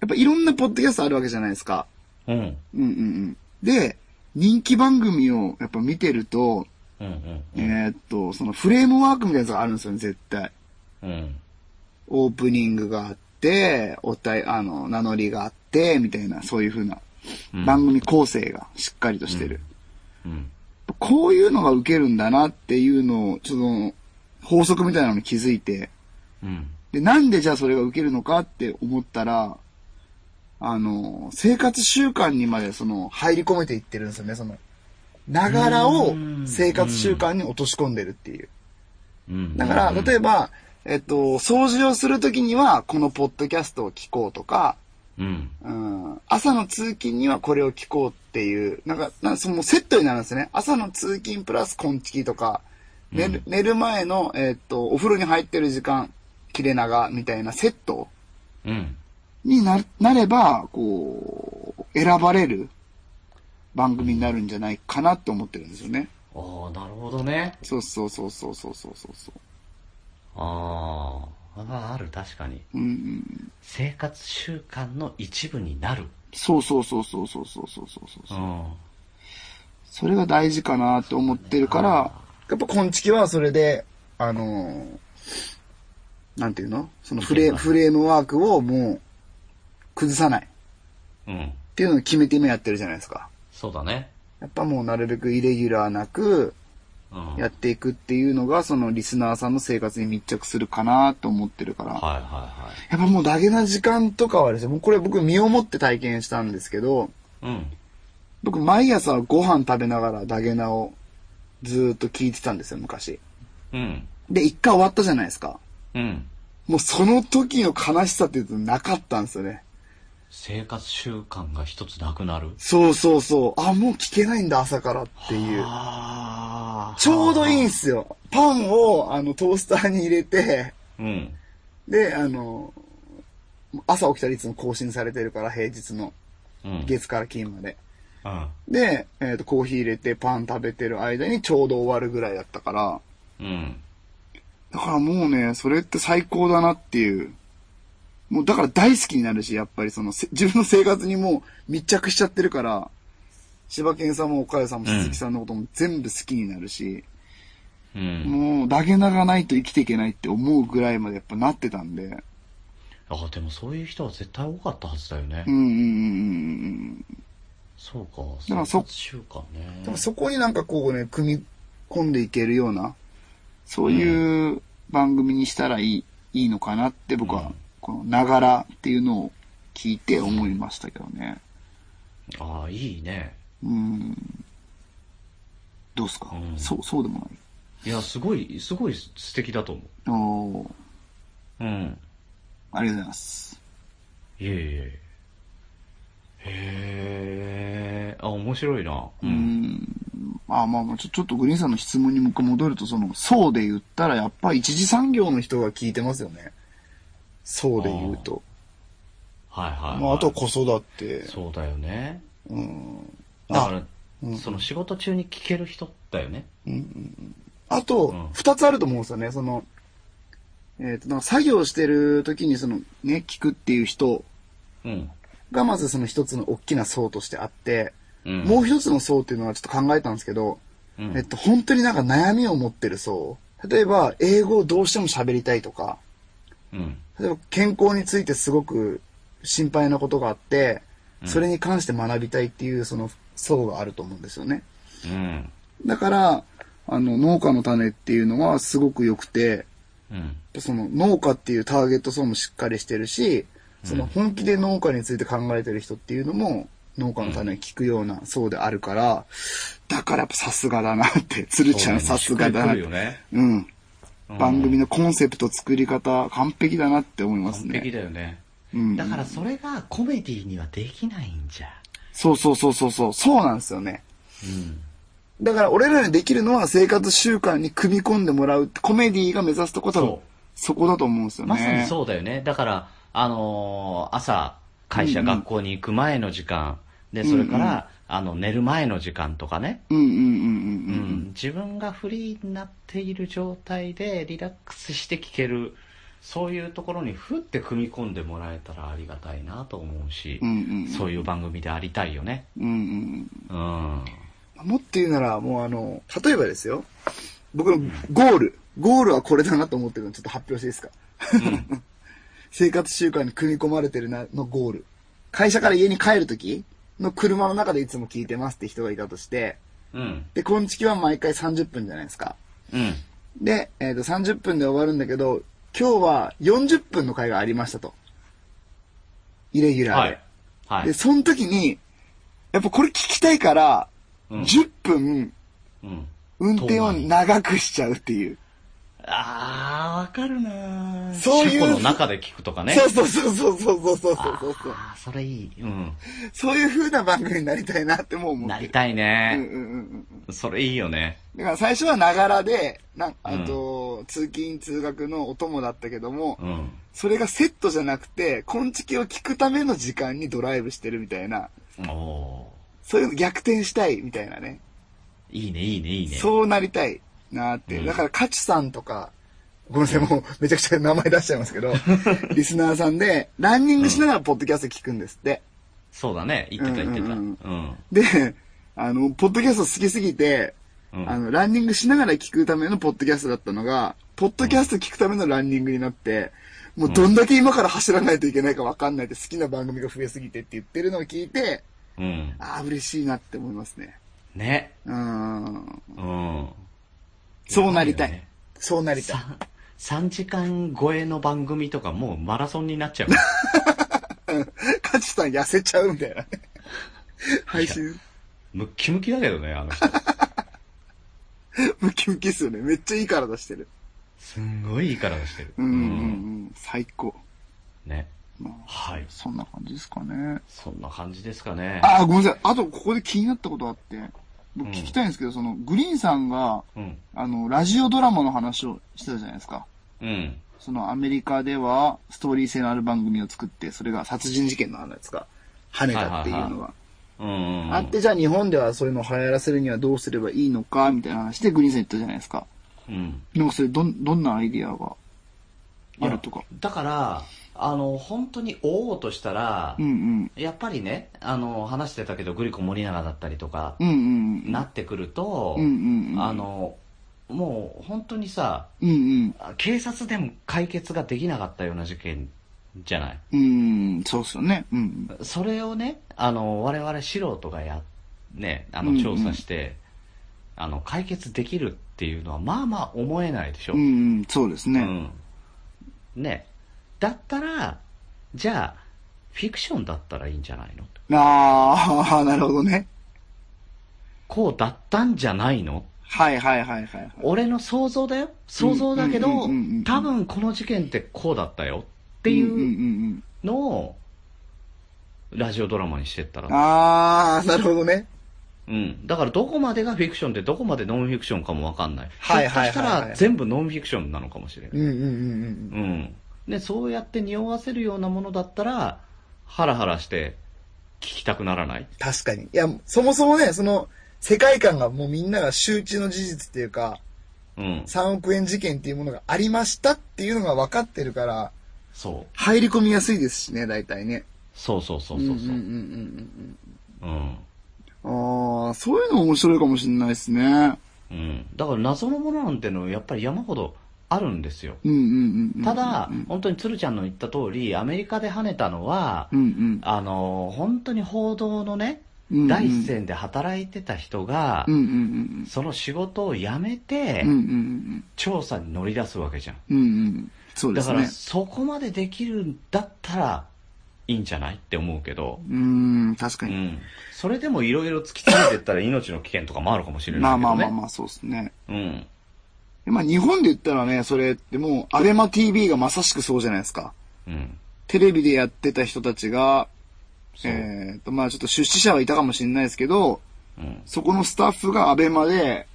[SPEAKER 1] やっぱいろんなポッドキャストあるわけじゃないですか。
[SPEAKER 2] うん。
[SPEAKER 1] うんうんうん。で、人気番組をやっぱ見てると、
[SPEAKER 2] うんうん
[SPEAKER 1] えーっと、そのフレームワークみたいなやつがあるんですよね、絶対。
[SPEAKER 2] うん。うん。
[SPEAKER 1] オープニングがあって、おたい、あの、名乗りがあって、みたいな、そういう風な、
[SPEAKER 2] うん
[SPEAKER 1] 番組構成がしっかりとしてる。
[SPEAKER 2] うん。
[SPEAKER 1] こういうのが受けるんだなっていうのを、ちょっとその、法則みたいなのに気づいて、
[SPEAKER 2] うん。
[SPEAKER 1] で、なんでじゃあそれが受けるのかって思ったら、あの、生活習慣にまでその、入り込めていってるんですよね、その、ながらを生活習慣に落とし込んでるっていう。
[SPEAKER 2] うん。
[SPEAKER 1] だから、例えば、えっと、掃除をするときには、このポッドキャストを聞こうとか、
[SPEAKER 2] うん。
[SPEAKER 1] うん、朝の通勤にはこれを聞こうっていう、なんか、なんかそのセットになるんですよね。朝の通勤プラスコンチキとか、寝る,、寝る前の、えっと、お風呂に入ってる時間、切れ長みたいなセット
[SPEAKER 2] うん。
[SPEAKER 1] にななれば、こう、選ばれる番組になるんじゃないかなって思ってるんですよね。
[SPEAKER 2] ああ、なるほどね。
[SPEAKER 1] そうそうそうそうそうそうそうそう。
[SPEAKER 2] ああ、あある、確かに。
[SPEAKER 1] うんうん、
[SPEAKER 2] 生活習慣の一部になる。
[SPEAKER 1] そうそうそうそうそうそうそうそうそう。
[SPEAKER 2] ん。
[SPEAKER 1] それが大事かなと思ってるから、やっぱ昆虫はそれで、あのーなんていうのそのフレフレームワークをもう、崩さないっ
[SPEAKER 2] うん。
[SPEAKER 1] ていうのを決めて今やってるじゃないですか。
[SPEAKER 2] そうだね。
[SPEAKER 1] やっぱもうなるべくイレギュラーなく
[SPEAKER 2] うん。はい
[SPEAKER 1] やっていくっていうのが、そのリスナーさんの生活に密着するかなと思ってるから。
[SPEAKER 2] はいは
[SPEAKER 1] やっぱもうダゲな時間とかはですね、もうこれ僕身をもって体験したんですけど、
[SPEAKER 2] い。うん。
[SPEAKER 1] 僕毎朝ご飯食べながらダゲナをずーっと聞いてたんですよ、昔。
[SPEAKER 2] ううん。
[SPEAKER 1] で、一回終わったじゃないですか。
[SPEAKER 2] うん。
[SPEAKER 1] もうその時の悲しさっていうとなかったんですよね。
[SPEAKER 2] 生活習慣が一つなくなる。
[SPEAKER 1] そうそうそう。あ、もう聞けないんだ、朝からっていう。
[SPEAKER 2] ああ。
[SPEAKER 1] ちょうどいいんすよ。パンを、あの、トースターに入れて、
[SPEAKER 2] うん。
[SPEAKER 1] で、あの、朝起きたらいつも更新されてるから、平日の
[SPEAKER 2] うん。
[SPEAKER 1] 月から金まで。
[SPEAKER 2] うん。
[SPEAKER 1] で、えっ、と、コーヒー入れてパン食べてる間にちょうど終わるぐらいだったから、
[SPEAKER 2] うん。
[SPEAKER 1] だからもうね、それって最高だなっていう。もうだから大好きになるし、やっぱりその、せ自分の生活にもう密着しちゃってるから、柴犬さんも岡谷さんも鈴木さんのことも全部好きになるし、
[SPEAKER 2] うん。
[SPEAKER 1] もう、ラゲナがないと生きていけないって思うぐらいまでやっぱなってたんで。
[SPEAKER 2] あ、でもそういう人は絶対多かったはずだよね。
[SPEAKER 1] うんうんうんうんうん。
[SPEAKER 2] そうか。
[SPEAKER 1] だか
[SPEAKER 2] 生
[SPEAKER 1] らそ
[SPEAKER 2] 活習慣ね。
[SPEAKER 1] でもそこになんかこうね、組み込んでいけるような、そういう番組にしたらいい、いいのかなって僕
[SPEAKER 2] う
[SPEAKER 1] は
[SPEAKER 2] ん、
[SPEAKER 1] この、ながらっていうのを聞いて思いましたけどね。
[SPEAKER 2] ああ、いいね。
[SPEAKER 1] うん。どうっすか、
[SPEAKER 2] うん
[SPEAKER 1] そう、そうでもない。
[SPEAKER 2] いや、すごい、すごい素敵だと思
[SPEAKER 1] おー
[SPEAKER 2] う。うん。
[SPEAKER 1] ありがとうございます。
[SPEAKER 2] いえいえ。へえ。あ、面白いな。う
[SPEAKER 1] う。ん。あまあまあ、ちょちょっとグリーンさんの質問にもう一回戻ると、その、層で言ったら、やっぱり一次産業の人が聞いてますよね。層で言うと。
[SPEAKER 2] はいはい、はい。
[SPEAKER 1] まあ、あとは子育て。
[SPEAKER 2] そうだよね。
[SPEAKER 1] うん。
[SPEAKER 2] だから、
[SPEAKER 1] うん
[SPEAKER 2] その仕事中に聞ける人だよね。
[SPEAKER 1] あ
[SPEAKER 2] う
[SPEAKER 1] と
[SPEAKER 2] ん、
[SPEAKER 1] 二つあると思うんですよね。その、えっ、と、なんか作業してる時に、その、ね、聞くっていう人
[SPEAKER 2] うん。
[SPEAKER 1] が、まずその一つの大きな層としてあって、
[SPEAKER 2] うん。
[SPEAKER 1] もう一つの層っていうのはちょっと考えたんですけど、
[SPEAKER 2] うん
[SPEAKER 1] えっと、本当になんか悩みを持ってる層。例えば、英語をどうしても喋りたいとか、
[SPEAKER 2] うん。
[SPEAKER 1] 例えば健康についてすごく心配なことがあって、それに関して学びたいっていうその層があると思うんですよね。
[SPEAKER 2] うん。
[SPEAKER 1] だから、あの、農家の種っていうのはすごく良くて、
[SPEAKER 2] うん。
[SPEAKER 1] その農家っていうターゲット層もしっかりしてるし、その本気で農家について考えてる人っていうのも、農家の種に聞くような層であるから、だからやっぱさすがだなって、鶴ちゃんさすがだなって
[SPEAKER 2] よね。
[SPEAKER 1] うん。番組のコンセプト作り方、完璧だなって思います
[SPEAKER 2] 完璧
[SPEAKER 1] ね。
[SPEAKER 2] だよね。
[SPEAKER 1] うん。
[SPEAKER 2] だからそれがコメディにはできないんじゃ。
[SPEAKER 1] そうそうそうそうそう、そうなんですよね。
[SPEAKER 2] うん。
[SPEAKER 1] だから俺らにできるのは生活習慣に組み込んでもらうって、コメディが目指すとこ多分
[SPEAKER 2] そう
[SPEAKER 1] そこだと思うんですよね。
[SPEAKER 2] まさにそうだよね。だから、あのー朝、会社、
[SPEAKER 1] うんうん
[SPEAKER 2] 学校に行く前の時間、で、それから、
[SPEAKER 1] うんう
[SPEAKER 2] あの、寝る前の時間とかね、
[SPEAKER 1] うんうんうん
[SPEAKER 2] う
[SPEAKER 1] うんうん。
[SPEAKER 2] ん、自分がフリーになっている状態でリラックスして聞ける、そういうところにふって組み込んでもらえたらありがたいなと思うし、
[SPEAKER 1] うんうん
[SPEAKER 2] そういう番組でありたいよね。
[SPEAKER 1] うんうん
[SPEAKER 2] うん。
[SPEAKER 1] うん。もっと言うなら、もうあの、例えばですよ。僕のゴール。ゴールはこれだなと思ってるのちょっと発表していいですか、 *laughs* 生活習慣に組み込まれてるな、のゴール。会社から家に帰るときの車の中でいつも聞いてますって人がいたとして、
[SPEAKER 2] うん。
[SPEAKER 1] で、今月は毎回30分じゃないですか。
[SPEAKER 2] うん。
[SPEAKER 1] で、えっ、と、30分で終わるんだけど、今日は40分の回がありましたと。イレギュラー
[SPEAKER 2] は
[SPEAKER 1] で。
[SPEAKER 2] い。はい
[SPEAKER 1] で、。その時に、やっぱこれ聞きたいから、
[SPEAKER 2] うん
[SPEAKER 1] 10分
[SPEAKER 2] うん。
[SPEAKER 1] 運転を長くしちゃうっていう。
[SPEAKER 2] あー、わかるなー
[SPEAKER 1] そういう
[SPEAKER 2] 車庫の中で聞くとかね。
[SPEAKER 1] そうそうそうそうそうそうそうそうそう。
[SPEAKER 2] あー、それいい。うん。
[SPEAKER 1] そういう風な番組になりたいなってもう思って
[SPEAKER 2] なりたいね。
[SPEAKER 1] うんうんうんうん。
[SPEAKER 2] それいいよね。
[SPEAKER 1] だから最初はながらで、なんあと、通勤通学のお供だったけども、
[SPEAKER 2] うん。
[SPEAKER 1] それがセットじゃなくて、昆虫を聞くための時間にドライブしてるみたいな、
[SPEAKER 2] お
[SPEAKER 1] そういうの逆転したいみたいなね。
[SPEAKER 2] ーいいね、いいね、いいね。
[SPEAKER 1] そうなりたいなーって。だから、カチさんとか、ごめんなさい、もうめちゃくちゃ名前出しちゃいま
[SPEAKER 2] *laughs*
[SPEAKER 1] すけど、リスナーさんで、ランニングしながらポッドキャスト聞くんですって。
[SPEAKER 2] そうだね。言ってた、言ってた。
[SPEAKER 1] う
[SPEAKER 2] うんん。
[SPEAKER 1] で、あの、ポッドキャスト好きすぎて、
[SPEAKER 2] うん
[SPEAKER 1] あの、ランニングしながら聞くためのポッドキャストだったのが、ポッドキャスト聞くためのランニングになって、もうどんだけ今から走らないといけないかわかんないって好きな番組が増えすぎてって言ってるのを聞いて、
[SPEAKER 2] うん。
[SPEAKER 1] ああ、嬉しいなって思いますね。
[SPEAKER 2] ね。
[SPEAKER 1] うーん。
[SPEAKER 2] うん。
[SPEAKER 1] そうなりた
[SPEAKER 2] いいよ
[SPEAKER 1] い
[SPEAKER 2] ね。
[SPEAKER 1] そうなりたい。
[SPEAKER 2] さ3時間超えの番組とかもうマラソンになっ
[SPEAKER 1] *laughs*
[SPEAKER 2] ちゃう。
[SPEAKER 1] カチさん痩せちゃうみたいな
[SPEAKER 2] *laughs*
[SPEAKER 1] ね。配信。
[SPEAKER 2] ムッキムキだけどね、あの人。
[SPEAKER 1] ムキムキっすよね。めっちゃいい体してる。
[SPEAKER 2] すんごいいい体してる。
[SPEAKER 1] うんうんうん。最高。
[SPEAKER 2] ね。
[SPEAKER 1] まあ
[SPEAKER 2] はい。
[SPEAKER 1] そんな感じですかね。
[SPEAKER 2] そんな感じですかね。
[SPEAKER 1] あ、ごめんなさい。あと、ここで気になったことあって、僕
[SPEAKER 2] うん
[SPEAKER 1] 聞きたいんですけど、その、グリーンさんが、
[SPEAKER 2] うん。
[SPEAKER 1] あの、ラジオドラマの話をしてたじゃないですか。
[SPEAKER 2] うん。
[SPEAKER 1] その、アメリカでは、ストーリー性のある番組を作って、それが殺人事件の話ですか。跳ねたっていうの
[SPEAKER 2] はいはい
[SPEAKER 1] が。
[SPEAKER 2] うんうんうん。
[SPEAKER 1] あって、じゃあ日本ではそういうのを流行らせるにはどうすればいいのか、みたいな話でグリーンさん言ったじゃないですか。
[SPEAKER 2] うん。
[SPEAKER 1] なんかそれ、どん、どんなアイディアがあるとか。
[SPEAKER 2] だから、あの、本当に追おうとしたら
[SPEAKER 1] う、ん
[SPEAKER 2] やっぱりね、あの、話してたけど、グリコ森永だったりとか
[SPEAKER 1] うん。う、んうんうん。
[SPEAKER 2] なってくると
[SPEAKER 1] うん、うんうん。
[SPEAKER 2] あ、の、もう本当にさ、
[SPEAKER 1] うんうん。
[SPEAKER 2] 警察でも解決ができなかったような事件じゃない。
[SPEAKER 1] うん、そうっすよね。うん。
[SPEAKER 2] それをね、あの、我々素人がや、ね、あ
[SPEAKER 1] うんう
[SPEAKER 2] の、
[SPEAKER 1] ん
[SPEAKER 2] 調査して、あの、解決できるっていうのは、まあまあ思えないでしょ。
[SPEAKER 1] うん、うん、そうです
[SPEAKER 2] う
[SPEAKER 1] ね。
[SPEAKER 2] んね。だったら、じゃあ、フィクションだったらいいんじゃないの
[SPEAKER 1] ああ、 *laughs* なるほどね。
[SPEAKER 2] こうだったんじゃないの
[SPEAKER 1] はいはいはいはい。
[SPEAKER 2] 俺の想像だよ想像だけど
[SPEAKER 1] うんうんうんうんうん、
[SPEAKER 2] 多分この事件ってこうだったよって
[SPEAKER 1] う
[SPEAKER 2] い
[SPEAKER 1] んうんう
[SPEAKER 2] うんのを、ラジオドラマにしてった
[SPEAKER 1] うん。
[SPEAKER 2] ら。
[SPEAKER 1] ああ、なるほどね。
[SPEAKER 2] うん。だからどこまでがフィクションでどこまでノンフィクションかもわかんない。
[SPEAKER 1] はいはいはいはい
[SPEAKER 2] ひょっとしたら全部ノンフィクションなのかもしれない。
[SPEAKER 1] うんうんうん
[SPEAKER 2] う
[SPEAKER 1] うん。
[SPEAKER 2] ん。で、そうやって匂わせるようなものだったら、ハラハラして聞きたくならない。
[SPEAKER 1] 確かに。いや、そもそもね、その、世界観がもうみんなが周知の事実っていうか、
[SPEAKER 2] うん。
[SPEAKER 1] 3億円事件っていうものがありましたっていうのが分かってるから、
[SPEAKER 2] そう。
[SPEAKER 1] 入り込みやすいですしね、大体ね。
[SPEAKER 2] そうそうそうそうそう。
[SPEAKER 1] んうん
[SPEAKER 2] うん。うん。
[SPEAKER 1] うんうん。ああ、そういうの面白いかもしれないですね。
[SPEAKER 2] だから謎のものなんてのはやっぱり山ほどあるんですよ。
[SPEAKER 1] うんうんうんうん。
[SPEAKER 2] ただ、本当に鶴ちゃんの言った通り、アメリカで跳ねたのは、
[SPEAKER 1] うんうん。
[SPEAKER 2] あの、本当に報道のね、
[SPEAKER 1] うんうん
[SPEAKER 2] 第一線で働いてた人が、
[SPEAKER 1] うんうんうん
[SPEAKER 2] その仕事を辞めて
[SPEAKER 1] うん。う、んうん
[SPEAKER 2] 調査に乗り出すわけじゃん。
[SPEAKER 1] うん。うんうん。そうで
[SPEAKER 2] だ
[SPEAKER 1] す
[SPEAKER 2] か
[SPEAKER 1] ね。
[SPEAKER 2] ら、そこまでできるんだったら、いいんじゃないって思うけど、
[SPEAKER 1] うーん、確か
[SPEAKER 2] う
[SPEAKER 1] に。
[SPEAKER 2] ん。それでもいろいろ突き詰めてったら命の危険とかもあるかもしれな
[SPEAKER 1] まあ
[SPEAKER 2] いけ
[SPEAKER 1] まあ
[SPEAKER 2] ど
[SPEAKER 1] まあ
[SPEAKER 2] ね。
[SPEAKER 1] まあ、そうですね。
[SPEAKER 2] うん。
[SPEAKER 1] まあ日本で言ったらね、それってもう、アベマ TV がまさしくそうじゃないですか。
[SPEAKER 2] うん。
[SPEAKER 1] テレビでやってた人たちが、
[SPEAKER 2] そう。
[SPEAKER 1] えー、と、まあちょっと出資者はいたかもしれないですけど、
[SPEAKER 2] うん。
[SPEAKER 1] そこのスタッフがアベマで、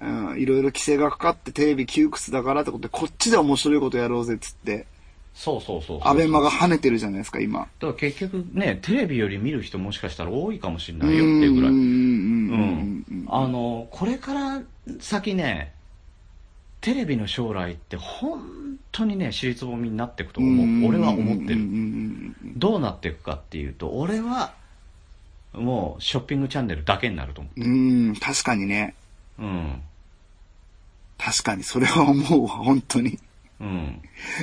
[SPEAKER 1] うん、いろいろ規制がかかってテレビ窮屈だからってことで、こっちで面白いことやろうぜっつって、
[SPEAKER 2] そうそうそうそう。
[SPEAKER 1] アベマが跳ねてるじゃないですか、今。
[SPEAKER 2] だから結局ね、テレビより見る人もしかしたら多いかもしれ
[SPEAKER 1] う
[SPEAKER 2] なんいよっていうぐらい。
[SPEAKER 1] う
[SPEAKER 2] うん
[SPEAKER 1] うんうんうん
[SPEAKER 2] ん。あの、これから先ね、テレビの将来って本当にね、尻つぼみになっていくと思う。俺は思って
[SPEAKER 1] うんう
[SPEAKER 2] る。
[SPEAKER 1] ん
[SPEAKER 2] どうなっていくかっていうと、俺は、もうショッピングチャンネルだけになると思
[SPEAKER 1] うんうん。うん、確かにね。
[SPEAKER 2] う。うん。
[SPEAKER 1] 確かに、それは思うわ、本当に。 *laughs*
[SPEAKER 2] うん。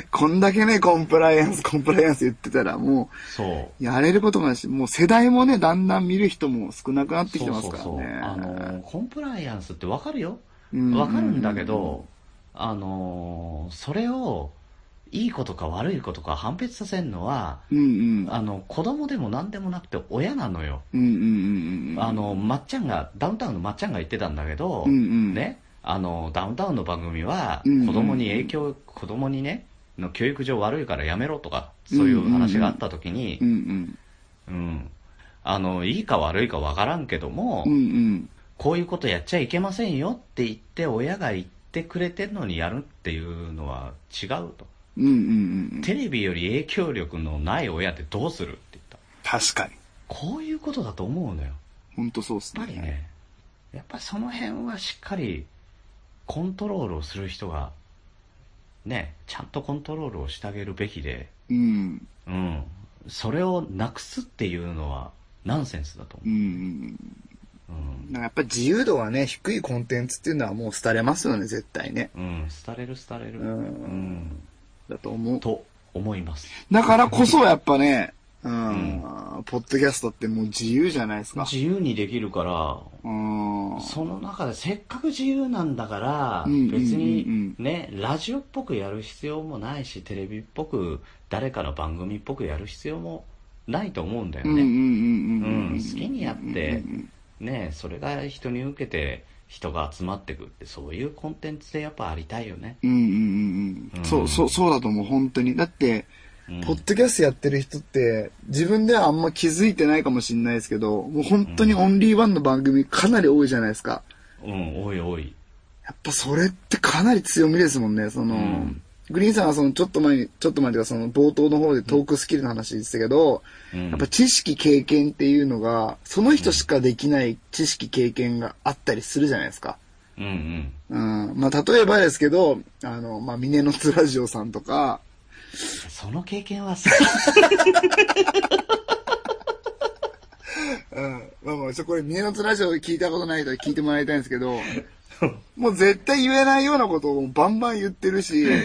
[SPEAKER 1] こんだけね、コンプライアンス、コンプライアンス言ってたら、も
[SPEAKER 2] そう。
[SPEAKER 1] う、やれることもないし、もう世代もね、だんだん見る人も少なくなってきてますからね。
[SPEAKER 2] そうそうそうあのコンプライアンスってわかるよ
[SPEAKER 1] うん
[SPEAKER 2] わかるんだけどあのそれをいいことか悪いことか判別させるのは
[SPEAKER 1] うんうん。
[SPEAKER 2] あの子供でも何でもなくて親なのよ、
[SPEAKER 1] うんうんうんうん。
[SPEAKER 2] あのまっちゃんがダウンタウンのまっちゃんが言ってたんだけど、
[SPEAKER 1] うんうん
[SPEAKER 2] ねあのダウンタウンの番組は
[SPEAKER 1] うんうん
[SPEAKER 2] 子供に影響、子供にねの教育上悪いからやめろとかそういう話があった時に、
[SPEAKER 1] うんうん。
[SPEAKER 2] うんあのいいか悪いかわからんけども、
[SPEAKER 1] うんうん。
[SPEAKER 2] こういうことやっちゃいけませんよって言って、親が言ってくれてるのにやるっていうのは違うと。
[SPEAKER 1] うんうんうん。
[SPEAKER 2] テレビより影響力のない親ってどうするって言った。
[SPEAKER 1] 確かに。
[SPEAKER 2] こういうことだと思うのよ。やっ
[SPEAKER 1] 本当そうっすね。
[SPEAKER 2] ぱりね、やっぱその辺はしっかりコントロールをする人が、ね、ちゃんとコントロールをしてあげるべきで、
[SPEAKER 1] うん。
[SPEAKER 2] うん。それをなくすっていうのはナンセンスだと
[SPEAKER 1] う
[SPEAKER 2] 思
[SPEAKER 1] んうん
[SPEAKER 2] う。うん
[SPEAKER 1] うん。。なんかやっぱ自由度がね、低いコンテンツっていうのはもう廃れますよね、絶対ね。
[SPEAKER 2] うん、廃れる廃れる。
[SPEAKER 1] うん
[SPEAKER 2] うん。
[SPEAKER 1] だと思う。
[SPEAKER 2] と思います。
[SPEAKER 1] だからこそやっぱね、うん、ポッドキャストってもう自由じゃないですか。
[SPEAKER 2] 自由にできるから、
[SPEAKER 1] うん。
[SPEAKER 2] その中でせっかく自由なんだから、
[SPEAKER 1] うん
[SPEAKER 2] 別
[SPEAKER 1] うんうん
[SPEAKER 2] にね、ラジオっぽくやる必要もないし、テレビっぽく、誰かの番組っぽくやる必要もないと思うんだよ
[SPEAKER 1] うんうん
[SPEAKER 2] ね。
[SPEAKER 1] うんうんうん。
[SPEAKER 2] うん好きにやって、ね、それが人に受けて、人が集まってくって、そういうコンテンツでやっぱありたいよね。
[SPEAKER 1] うんうんうんう。
[SPEAKER 2] うんん
[SPEAKER 1] そう、そう、そうだと思う、本当に。だって、
[SPEAKER 2] うん
[SPEAKER 1] ポッドキャストやってる人って、自分ではあんま気づいてないかもしれないですけど、もう本当にオンリーワンの番組かなり多いじゃないですか。
[SPEAKER 2] うん、おいおい。
[SPEAKER 1] やっぱそれってかなり強みですもんね、その、
[SPEAKER 2] ん
[SPEAKER 1] グリーンさんはそのちょっと前に、ちょっと前というかその冒頭の方でトークスキルの話でしたけど、
[SPEAKER 2] うん
[SPEAKER 1] やっぱ知識経験っていうのが、その人しかできない知識経験があったりするじゃないですか。
[SPEAKER 2] うんうん。
[SPEAKER 1] うん。まあ、例えばですけど、あの、まあ、ミネノツラジオさんとか、
[SPEAKER 2] その経験
[SPEAKER 1] *laughs*
[SPEAKER 2] はさ、
[SPEAKER 1] うん。まあまあ、ちょ、これ、ミネノツラジオ聞いたことない人は聞いてもらいたいんですけ *laughs* ど、もう絶対言えないようなことをバンバン言ってるし、
[SPEAKER 2] いや、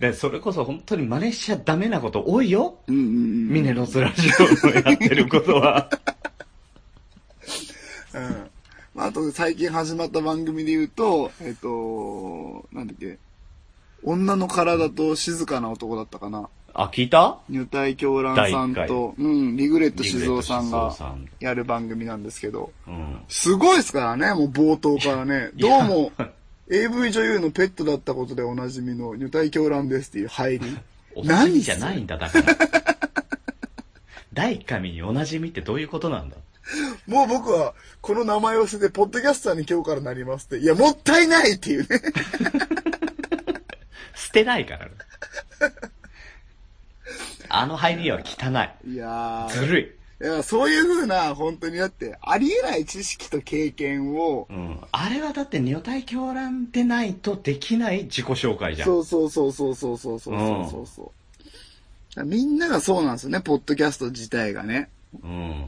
[SPEAKER 2] でそれこそ本当に真似しちゃダメなこと多いよ。
[SPEAKER 1] うんうんうん。
[SPEAKER 2] ミネロスラジオのやってることは。
[SPEAKER 1] うんまあ、あと最近始まった番組で言うと、えっ、と、なんだっけ、女の体と静かな男だったかな。
[SPEAKER 2] あ、聞いた
[SPEAKER 1] 女体狂乱さん
[SPEAKER 2] 第一
[SPEAKER 1] と、うん、リグレット
[SPEAKER 2] リグ
[SPEAKER 1] 静
[SPEAKER 2] レッ
[SPEAKER 1] 雄
[SPEAKER 2] ト
[SPEAKER 1] さん
[SPEAKER 2] 静雄
[SPEAKER 1] が
[SPEAKER 2] さん
[SPEAKER 1] やる番組なんですけど、
[SPEAKER 2] うん。
[SPEAKER 1] すごいですからね、もう冒頭からね。
[SPEAKER 2] い
[SPEAKER 1] どう
[SPEAKER 2] や
[SPEAKER 1] も、AV 女優のペットだったことでおなじみの女体狂乱ですっていう入
[SPEAKER 2] *laughs*
[SPEAKER 1] り。
[SPEAKER 2] おなじみじゃ
[SPEAKER 1] それ
[SPEAKER 2] ないんだ、だから。第1回目におなじみってどういうことなんだ
[SPEAKER 1] もう僕は、この名前を捨てて、ポッドキャスターに今日からなりますって。いや、もったいないっていうね。
[SPEAKER 2] 捨てないからね。あの入りは汚い。
[SPEAKER 1] いやー。
[SPEAKER 2] ずるい。
[SPEAKER 1] いやそういうふうな、本当にだって、ありえない知識と経験を
[SPEAKER 2] う、ん。あれはだって女体狂乱でないとできない自己紹介じゃん。
[SPEAKER 1] そうそうそうそうそうそうそうそうそうそう。だからみんながそうなんですよね、ポッドキャスト自体がね。
[SPEAKER 2] うん。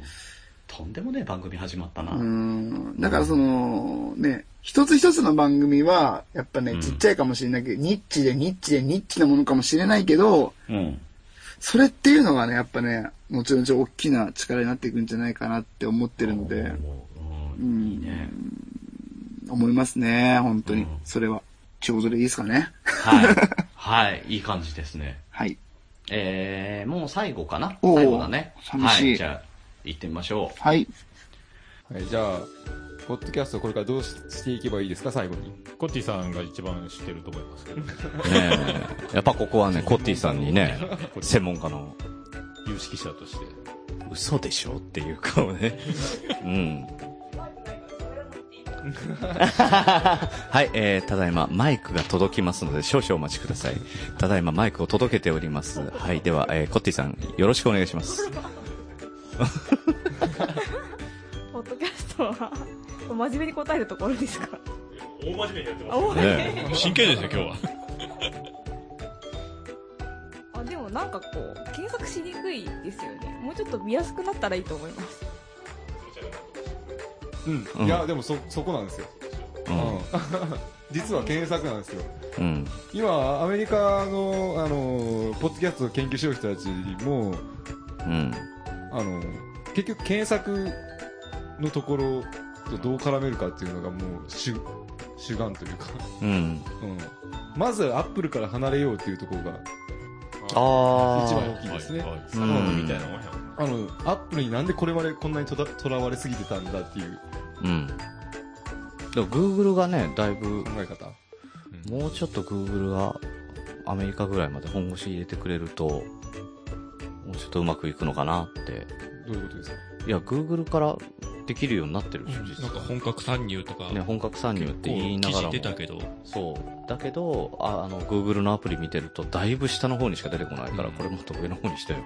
[SPEAKER 2] とんでもねえ番組始まったな。
[SPEAKER 1] うーん。だからその、ね、一つ一つの番組は、やっぱね、
[SPEAKER 2] ん
[SPEAKER 1] ちっちゃいかもしれないけど、ニッチでニッチでニッチなものかもしれないけど、
[SPEAKER 2] うん。
[SPEAKER 1] それっていうのがね、やっぱね、後々大きな力になっていくんじゃないかなって思ってるので、
[SPEAKER 2] う、
[SPEAKER 1] うんん
[SPEAKER 2] いいね。
[SPEAKER 1] 思いますね、本当に
[SPEAKER 2] うん。
[SPEAKER 1] それは。ちょうどでいいですかね。
[SPEAKER 2] はい。はい、いい感じですね。
[SPEAKER 1] はい。
[SPEAKER 2] えー、もう最後かな
[SPEAKER 1] おー
[SPEAKER 2] 最後だね。
[SPEAKER 1] 寂しい
[SPEAKER 2] はい、じゃあ、行ってみましょう。
[SPEAKER 1] はい。
[SPEAKER 3] はい、じゃあ、ポッドキャストこれからどうししていけばいいですか、最後に。
[SPEAKER 4] コッティさんが一番知ってると思いますけど、
[SPEAKER 2] ねえ *laughs* やっぱここはね、コッティさんにね、専門家の、
[SPEAKER 4] 有識者として。
[SPEAKER 2] 嘘でしょっていう顔ね。うん。 *laughs* はい、えー、ただいまマイクが届きますので少々お待ちください。ただいまマイクを届けております。はい、では、えー、コッティさん、よろしくお願いします。
[SPEAKER 6] ポッドキャストは真面目に答えるところですか
[SPEAKER 4] 大真面目にやって
[SPEAKER 6] あおい
[SPEAKER 2] ね
[SPEAKER 5] 真剣ですよ、今
[SPEAKER 2] *laughs*
[SPEAKER 5] 日は。
[SPEAKER 6] あでもなんかこう検索しにくいですよねもうちょっと見やすくなったらいいと思います
[SPEAKER 3] うん。いや、でもそ、そこなんですよ。
[SPEAKER 2] う
[SPEAKER 3] うんん。 *laughs* 実は検索なんですよ。
[SPEAKER 2] うん。
[SPEAKER 3] 今、アメリカの、あの、ポッドキャストを研究してる人たちも、
[SPEAKER 2] うん。
[SPEAKER 3] あの、結局検索のところとどう絡めるかっていうのがもう主、主眼というか、 *laughs*
[SPEAKER 2] うん。
[SPEAKER 3] うん。まずアップルから離れようっていうところが、
[SPEAKER 2] あ
[SPEAKER 3] 一番大きいですね
[SPEAKER 4] はいはい
[SPEAKER 2] うん
[SPEAKER 4] サウナみたいなもんやもん
[SPEAKER 3] あの、アップルになんでこれまでこんなにとらとらわれすぎてたんだっていう
[SPEAKER 2] うん。だから Google がね、だいぶ
[SPEAKER 3] 考、え方。
[SPEAKER 2] もうちょっと Google がアメリカぐらいまで本腰入れてくれると、もうちょっとうまくいくのかなって。
[SPEAKER 3] どういうことですか
[SPEAKER 2] いや、Google からできるようになってるでしょ、実
[SPEAKER 5] なんか
[SPEAKER 2] は。
[SPEAKER 5] 本格参入とか、
[SPEAKER 2] ね、本格参入って言いな
[SPEAKER 5] 記
[SPEAKER 2] がら
[SPEAKER 5] 事
[SPEAKER 2] も
[SPEAKER 5] 出。たけど、
[SPEAKER 2] そう。だけど、ああの、Google のアプリ見てると、だいぶ下の方にしか出てこないから、
[SPEAKER 5] うん
[SPEAKER 2] これもっと上の方にしてよ。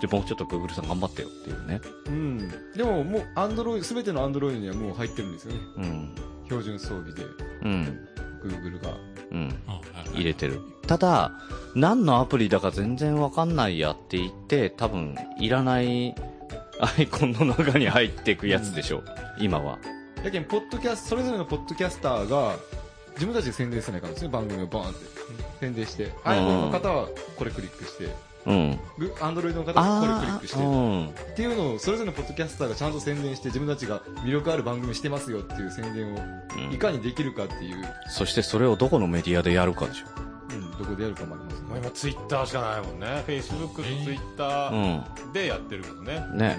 [SPEAKER 2] で、もうちょっと Google さん頑張ってよっていうね。
[SPEAKER 3] うん。でももう、アンドロイド、すべてのアンドロイドにはもう入ってるんですよね。
[SPEAKER 2] うん。
[SPEAKER 3] 標準装備で、
[SPEAKER 2] うん。
[SPEAKER 3] Google が。
[SPEAKER 2] うん。
[SPEAKER 5] あはい
[SPEAKER 2] 入れてる。ただ、何のアプリだか全然わかんないやって言って、多分、いらない *laughs* アイコンの中に入っていくやつでしょ。今は。
[SPEAKER 3] やけん、ポッドキャスト、それぞれのポッドキャスターが、自分たちで宣伝せないからですね、番組をバーンって。宣伝して、iPhone の方はこれクリックして、
[SPEAKER 2] うん。
[SPEAKER 3] グ Android の方はこれクリッ
[SPEAKER 2] あ
[SPEAKER 3] クし
[SPEAKER 2] あ、うん。
[SPEAKER 3] て、っていうのを、それぞれのポッドキャスターがちゃんと宣伝して、自分たちが魅力ある番組してますよっていう宣伝を、
[SPEAKER 2] うん
[SPEAKER 3] いかにできるかっていう、
[SPEAKER 2] そしてそれをどこのメディアでやるかでしょ。
[SPEAKER 3] うん、どこでやるかもあります
[SPEAKER 4] まあ
[SPEAKER 3] ね。
[SPEAKER 4] 今ツイッターしかないもんね。フェイスブックとツイッタ
[SPEAKER 2] う
[SPEAKER 4] ーでやってるけどね。
[SPEAKER 2] ん。ね。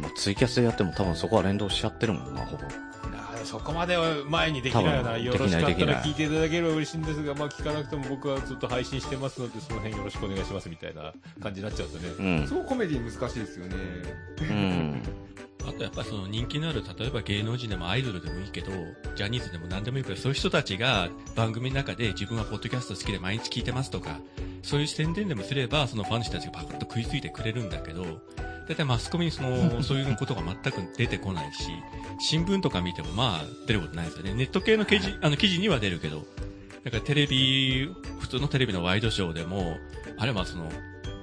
[SPEAKER 2] まあ、ツイキャスでやっても多分そこは連動しちゃってるもんな、ほぼ。
[SPEAKER 4] ああ、そこまでは前にできないよ
[SPEAKER 2] 多
[SPEAKER 4] な。
[SPEAKER 2] 分
[SPEAKER 4] よろしかった
[SPEAKER 2] できないできな
[SPEAKER 4] ら
[SPEAKER 2] い
[SPEAKER 4] 聞いていただければ嬉しいんですが、まあ聞かなくても僕はずっと配信してますので、その辺よろしくお願いしますみたいな感じになっちゃうんですよ
[SPEAKER 2] う
[SPEAKER 4] ね。
[SPEAKER 2] ん。
[SPEAKER 3] そうコメディ難しいですよね。
[SPEAKER 2] うん。
[SPEAKER 5] あとやっぱその人気のある、例えば芸能人でもアイドルでもいいけど、ジャニーズでも何でもいいけど、そういう人たちが番組の中で自分はポッドキャスト好きで毎日聞いてますとか、そういう宣伝でもすれば、そのファンの人たちがパカッと食いついてくれるんだけど、だいたいマスコミにその、そういうことが全く出てこないし、新聞とか見てもまあ出ることないですよね。ネット系の記事、あの記事には出るけど、だからテレビ、普通のテレビのワイドショーでも、あれはその、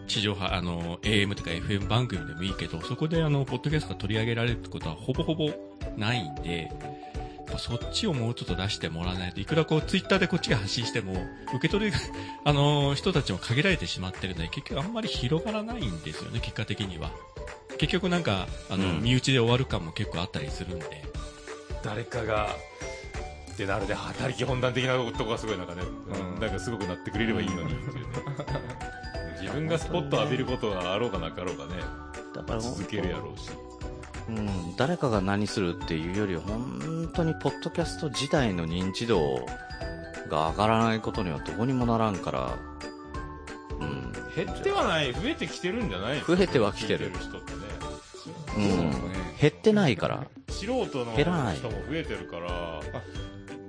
[SPEAKER 5] 地上波、あの、AM とか FM 番組でもいいけど、そこであの、ポッドキャストが取り上げられるってことはほぼほぼないんで、やっぱそっちをもうちょっと出してもらわないといくらこう、ツイッターでこっちが発信しても、受け取りが、 *laughs* あの、人たちも限られてしまってるので、結局あんまり広がらないんですよね、結果的には。結局なんか、あの、
[SPEAKER 2] うん
[SPEAKER 5] 身内で終わる感も結構あったりするんで。
[SPEAKER 4] 誰かが、ってなるで、働き本段的なとこがすごいなんかね、うん、なんかすごくなってくれればいいのにっていうね。自分がスポットを浴びることがあろうがなかろうがね、
[SPEAKER 2] だから
[SPEAKER 4] 続けるやろうし。
[SPEAKER 2] うん、誰かが何するっていうより本当にポッドキャスト自体の認知度が上がらないことにはどうにもならんから、うん、
[SPEAKER 4] 減ってはない、増えてきてるんじゃない
[SPEAKER 2] 増えてはきてる
[SPEAKER 4] 聞い人ってね。
[SPEAKER 2] う
[SPEAKER 3] どうなん
[SPEAKER 2] ん
[SPEAKER 3] ですかね。
[SPEAKER 2] 減ってないから
[SPEAKER 4] 素人の
[SPEAKER 2] 減らない
[SPEAKER 4] 人も増えてるから、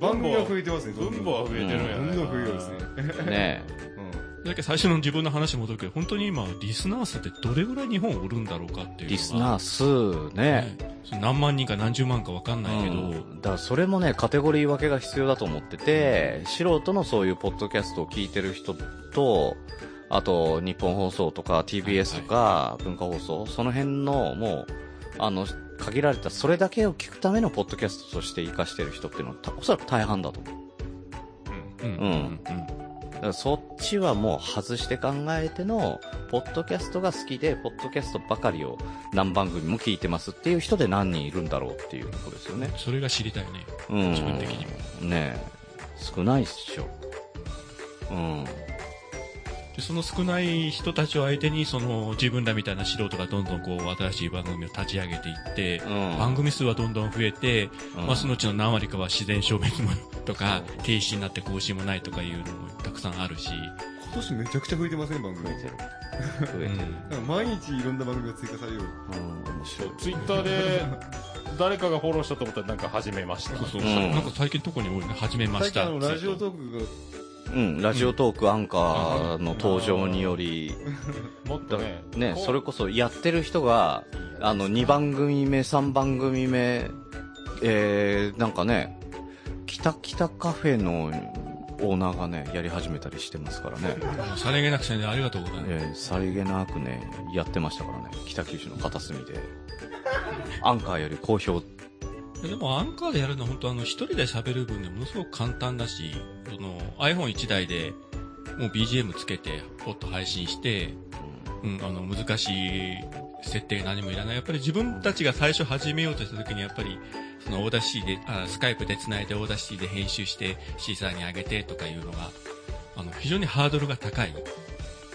[SPEAKER 3] 番組は増えてますね。
[SPEAKER 4] 分母は増えてるんや
[SPEAKER 3] 分母は増えるんですね。
[SPEAKER 2] ね
[SPEAKER 5] だけど最初の自分の話に戻るけど、本当に今、リスナー数ってどれぐらい日本おるんだろうかっていうのが。
[SPEAKER 2] リスナー数ね、
[SPEAKER 5] ね何万人か何十万か分かんないけど、
[SPEAKER 2] うんだからそれもねカテゴリー分けが必要だと思ってて、素人のそういうポッドキャストを聞いてる人とあと日本放送とか TBS とか文化放送、その辺のもうあの限られたそれだけを聞くためのポッドキャストとして活かしてる人っていうのはたおそらく大半だと思う
[SPEAKER 5] うん
[SPEAKER 2] うんだからそっちはもう外して考えてのポッドキャストが好きでポッドキャストばかりを何番組も聞いてますっていう人で何人いるんだろうっていうところですよね
[SPEAKER 5] それが知りたいね。
[SPEAKER 2] うん
[SPEAKER 5] 自分的にも
[SPEAKER 2] ねえ少ないっしょうん
[SPEAKER 5] でその少ない人たちを相手に、その自分らみたいな素人がどんどんこう新しい番組を立ち上げていって、
[SPEAKER 2] うん
[SPEAKER 5] 番組数はどんどん増えて、
[SPEAKER 2] うん
[SPEAKER 5] まあそのうちの何割かは自然消滅もとか、停止になって更新もないとかいうのもたくさんあるし、
[SPEAKER 3] 今年めちゃくちゃ増えてません、番組。なんか
[SPEAKER 2] 増えてる、
[SPEAKER 3] 毎日いろんな番組が追加されるよう。
[SPEAKER 2] うん、面白い
[SPEAKER 4] ツイッターで誰かがフォローしたと思ったらなんか始めました。
[SPEAKER 5] そうそう、
[SPEAKER 2] うん
[SPEAKER 5] なんか最近特に多いね、始めま
[SPEAKER 3] 最
[SPEAKER 5] し
[SPEAKER 3] 近あ
[SPEAKER 5] た。
[SPEAKER 3] の、ラジオトークが
[SPEAKER 2] うん、ラジオトークアンカーの登場により、
[SPEAKER 4] もっとね、
[SPEAKER 2] ね、
[SPEAKER 4] こう
[SPEAKER 2] それこそやってる人が、あの、2番組目、3番組目、えー、なんかね、北北カフェのオーナーがね、やり始めたりしてますからね、
[SPEAKER 5] さりげなくせんでありがとうございます。
[SPEAKER 2] えー、さりげなくね、やってましたからね、北九州の片隅で。アンカーより好評。
[SPEAKER 5] でもアンカーでやるのは本当あの一人で喋る分でものすごく簡単だし、その iPhone1 台でもう BGM つけて、ポッと配信して、うん、あの難しい設定何もいらない。やっぱり自分たちが最初始めようとした時にやっぱり、そのオーダーシーで、あスカイプで繋いでオーダーシーで編集して、シーサーに上げてとかいうのが、あの、非常にハードルが高い。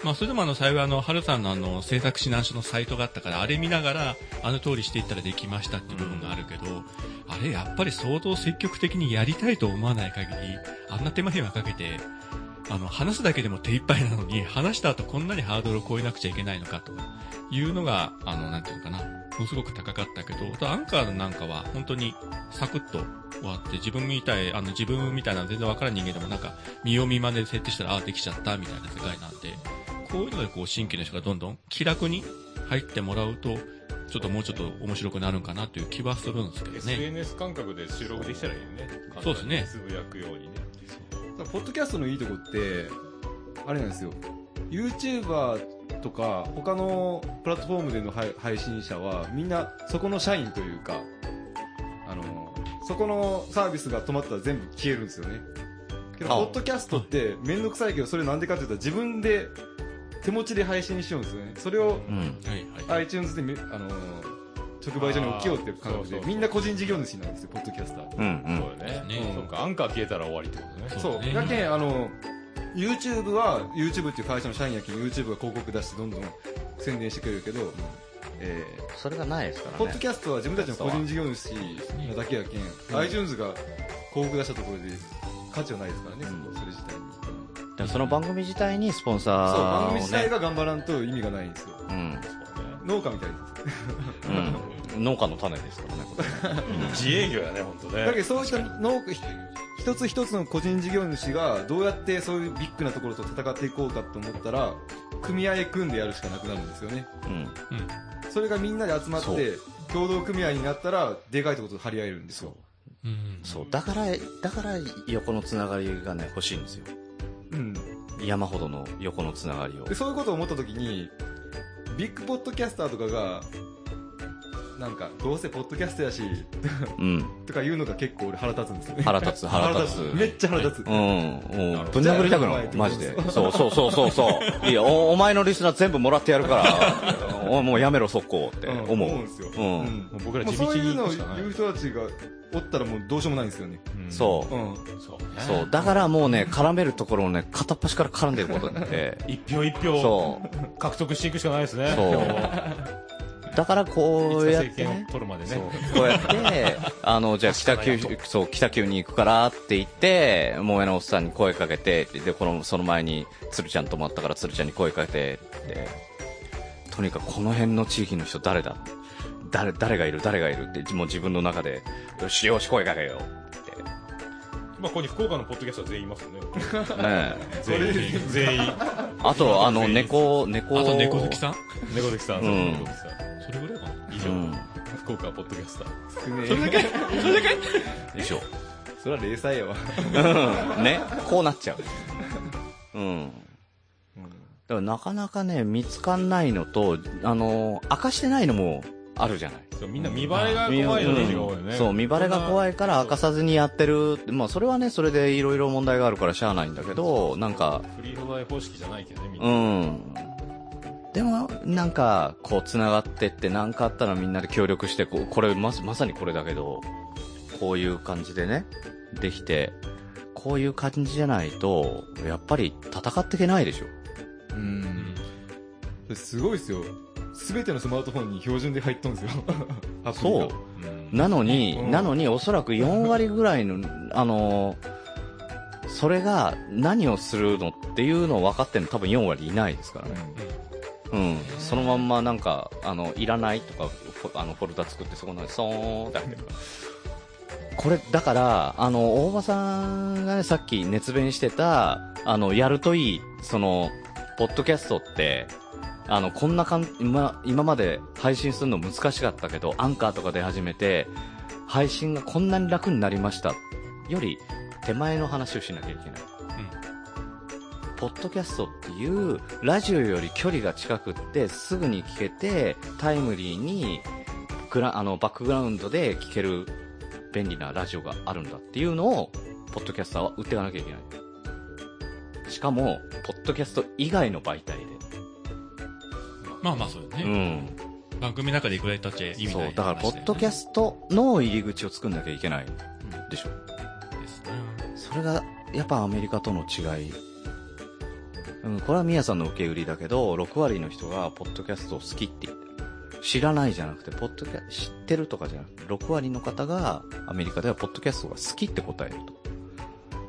[SPEAKER 5] まあ、それでもあの、幸いあの、春さんのあの、制作指南書のサイトがあったから、あれ見ながら、あの通りしていったらできましたっていう部分があるけど、あれ、やっぱり相当積極的にやりたいと思わない限り、あんな手間暇かけて、あの、話すだけでも手一杯なのに、話した後こんなにハードルを超えなくちゃいけないのかというのが、あの、なんていうのかな、ものすごく高かったけど、ただアンカーなんかは本当にサクッと終わって、自分みたい、あの、自分みたいな全然わからん人間でもなんか、見よう見まねで設定したら、ああ、できちゃったみたいな世界なんで、こういうのでこう、新規の人がどんどん気楽に入ってもらうと、ちょっともうちょっと面白くなるんかなという気はするんですけどね。
[SPEAKER 4] SNS 感覚で収録できたらいいよね。
[SPEAKER 5] そうですね
[SPEAKER 4] 簡単につぶやくようにね。
[SPEAKER 3] ただポッドキャストのいいとこって、あれなんですよ。YouTuber とか、他のプラットフォームでの配配信者は、みんな、そこの社員というか、あの、そこのサービスが止まったら全部消えるんですよね。けど、
[SPEAKER 2] あ
[SPEAKER 3] ポッドキャストって、めんどくさいけど、それなんでかって言ったら、自分で、手持ちで配信しようんですよね。それを、
[SPEAKER 2] うん。
[SPEAKER 5] はいはい。
[SPEAKER 3] iTunes でめ、あの、直売所に置きようっていう感じ
[SPEAKER 4] あーそうそう
[SPEAKER 3] で、
[SPEAKER 4] そう
[SPEAKER 3] みんな個人事業主なんですよ、ポッドキャスターって
[SPEAKER 2] うん、う
[SPEAKER 4] そ
[SPEAKER 2] ん。
[SPEAKER 4] うだよね。
[SPEAKER 5] ね
[SPEAKER 4] そうか、アンカー消えたら終わりってことね。
[SPEAKER 5] そう
[SPEAKER 3] そ
[SPEAKER 5] ね
[SPEAKER 3] う。だけんあの、YouTube は、YouTube っていう会社の社員やけん、YouTube が広告出してどんどん宣伝してくれるけど、え
[SPEAKER 2] それがないですか
[SPEAKER 3] ー、
[SPEAKER 2] ら
[SPEAKER 3] ポッ
[SPEAKER 2] ね
[SPEAKER 3] ド。キャストは自分たちの個人事業主なだけやけん、iTunes が広告出したところで価値はないですからね、
[SPEAKER 2] うん
[SPEAKER 3] それ自体に。
[SPEAKER 2] でもその番組自体にスポンサ
[SPEAKER 3] そう、
[SPEAKER 2] ー
[SPEAKER 3] 番
[SPEAKER 2] を
[SPEAKER 3] 組
[SPEAKER 2] ね。
[SPEAKER 3] 自体が頑張らんと意味がないんですよ。
[SPEAKER 2] うん。
[SPEAKER 3] 農家みたいです。
[SPEAKER 2] うん。農家の種ですからね、これね
[SPEAKER 4] 自営業やね、本当ね。
[SPEAKER 3] だけどそういった農家、ひ一つ一つの個人事業主がどうやってそういうビッグなところと戦っていこうかと思ったら、組合組んでやるしかなくなるんですよね。
[SPEAKER 2] うん。
[SPEAKER 3] それがみんなで集まっ
[SPEAKER 2] そ
[SPEAKER 3] て、共同組合になったら、でかいとこと張り合えるんですよ。
[SPEAKER 5] うん。
[SPEAKER 2] そう。だから、だから横のつながりがね、欲しいんですよ。
[SPEAKER 3] うん。
[SPEAKER 2] 山ほどの横のつながりを
[SPEAKER 3] で、。そういうことを思ったときに、ビッグポッドキャスターとかが、なんか、どうせポッドキャストやし、
[SPEAKER 2] うん。
[SPEAKER 3] とか言うのが結構俺腹立つんですよね。
[SPEAKER 2] 腹立つ、腹立つ。
[SPEAKER 3] *laughs* めっちゃ腹立つ。
[SPEAKER 2] うん、もうぶん殴りたくなる、マジで。そうそうそうそうそう。いいよお、お前のリスナー全部もらってやるから、おもうやめろ、速攻って
[SPEAKER 3] うん
[SPEAKER 2] 思
[SPEAKER 3] 思うん
[SPEAKER 2] う。
[SPEAKER 3] ですよ。
[SPEAKER 2] うん
[SPEAKER 4] もう僕ら
[SPEAKER 3] もう
[SPEAKER 4] 地
[SPEAKER 3] そ
[SPEAKER 4] 道
[SPEAKER 3] うい
[SPEAKER 4] に
[SPEAKER 3] うの
[SPEAKER 4] 行
[SPEAKER 3] を
[SPEAKER 4] くしかない
[SPEAKER 3] 言う。人たちがおったらもうどうしようもないんですよね。
[SPEAKER 2] そうう。
[SPEAKER 3] ん。
[SPEAKER 4] うん。そうね。
[SPEAKER 2] そう。だからもうね、絡めるところをね、片っ端から絡んでることになって、
[SPEAKER 4] 一票一票
[SPEAKER 2] そう。
[SPEAKER 4] 獲得していくしかないですね。
[SPEAKER 2] そう。だからこ
[SPEAKER 4] こ
[SPEAKER 2] う
[SPEAKER 4] うや
[SPEAKER 2] やっ、
[SPEAKER 4] ってて
[SPEAKER 2] ね
[SPEAKER 4] 政権を、取るまでね。
[SPEAKER 2] こうやって、あの、じゃあ北九州、そう、北九に行くからって言って、萌えのおっさんに声かけて、で、この、その前に、鶴ちゃん泊まったから鶴ちゃんに声かけて、って、とにかくこの辺の地域の人誰だ誰、誰がいる誰がいるって、もう自分の中で、よし、よし、声かけよう
[SPEAKER 4] まあ、ここに福岡のポッドキャストは全員いますよね。
[SPEAKER 2] って。ねえ
[SPEAKER 4] 全員。 *laughs* 全員。
[SPEAKER 2] あと、あ
[SPEAKER 5] *laughs*
[SPEAKER 2] の、猫、猫、
[SPEAKER 5] あと猫好きさん
[SPEAKER 4] 猫崎さん、
[SPEAKER 2] うん
[SPEAKER 4] 猫崎さん。
[SPEAKER 5] それぐらいかな。
[SPEAKER 4] 以
[SPEAKER 2] う
[SPEAKER 4] 上、
[SPEAKER 2] ん。
[SPEAKER 4] 福岡ポッドキャスター。
[SPEAKER 3] 少ねえ。それ
[SPEAKER 2] でしょ。
[SPEAKER 3] は零細やわ。
[SPEAKER 2] うんね、こうなっちゃう。うん。だからなかなかね、見つかんないのと、あの、明かしてないのもあるじゃない。
[SPEAKER 4] そうみんな見栄えが怖いの
[SPEAKER 2] うん
[SPEAKER 4] 人が多いよね。
[SPEAKER 2] そう、見バレが怖
[SPEAKER 4] い。
[SPEAKER 2] いから明かさずにやってる。まあ、それはね、それでいろいろ問題があるからしゃあないんだけど、なんか、
[SPEAKER 4] フリー素材方式じゃないけどね、みん
[SPEAKER 2] う
[SPEAKER 4] な。
[SPEAKER 2] ん。でも、なんか、こう、繋がってって、なんかあったらみんなで協力して、こう、これ、まさ、まさにこれだけど、こういう感じでね、できて、こういう感じじゃないと、やっぱり戦っていけないでしょ。
[SPEAKER 3] うん。すごいですよ。すべてのスマートフォンに標準で入っとんですよ。 *laughs* アプリ
[SPEAKER 2] そ
[SPEAKER 3] が
[SPEAKER 2] う。なのに、
[SPEAKER 3] うん
[SPEAKER 2] なのに、おそらく4割ぐらいの、 *laughs* あのーそれが何をするのっていうのを分かってるの多分4割いないですからね。うん。そのまんまなんか、あの、いらないとか、フォあの、フォルダ作ってそこの中にそーんって入ってるから。これ、だから、あの、大場さんがね、さっき熱弁してた、あの、やるといい、その、ポッドキャストって、あの、こんなかん、今、今まで配信するの難しかったけど、アンカーとか出始めて、配信がこんなに楽になりました。より、手前の話をしなきゃいけない。ポッドキャストっていう、ラジオより距離が近くって、すぐに聞けて、タイムリーに、グラ、あの、バックグラウンドで聞ける便利なラジオがあるんだっていうのを、ポッドキャスターは売っていかなきゃいけない。しかも、ポッドキャスト以外の媒体で。
[SPEAKER 5] まあまあそうよ
[SPEAKER 2] う
[SPEAKER 5] ね。
[SPEAKER 2] ん。
[SPEAKER 5] 番組の中でいくら立ちゃ意味
[SPEAKER 2] そ
[SPEAKER 5] な
[SPEAKER 2] う
[SPEAKER 5] い。
[SPEAKER 2] だからポッドキャ
[SPEAKER 5] ス
[SPEAKER 2] ストの入り口を作んなきゃいけないでしょ
[SPEAKER 5] トですね。
[SPEAKER 2] それがやっぱアメリカとの違い、うん、これはミヤさんの受け売りだけど6割の人がポッドキャストを好きって言ってる知らないじゃなくてポッドキャ知ってるとかじゃなくて6割の方がアメリカではポッドキャストが好きって答えると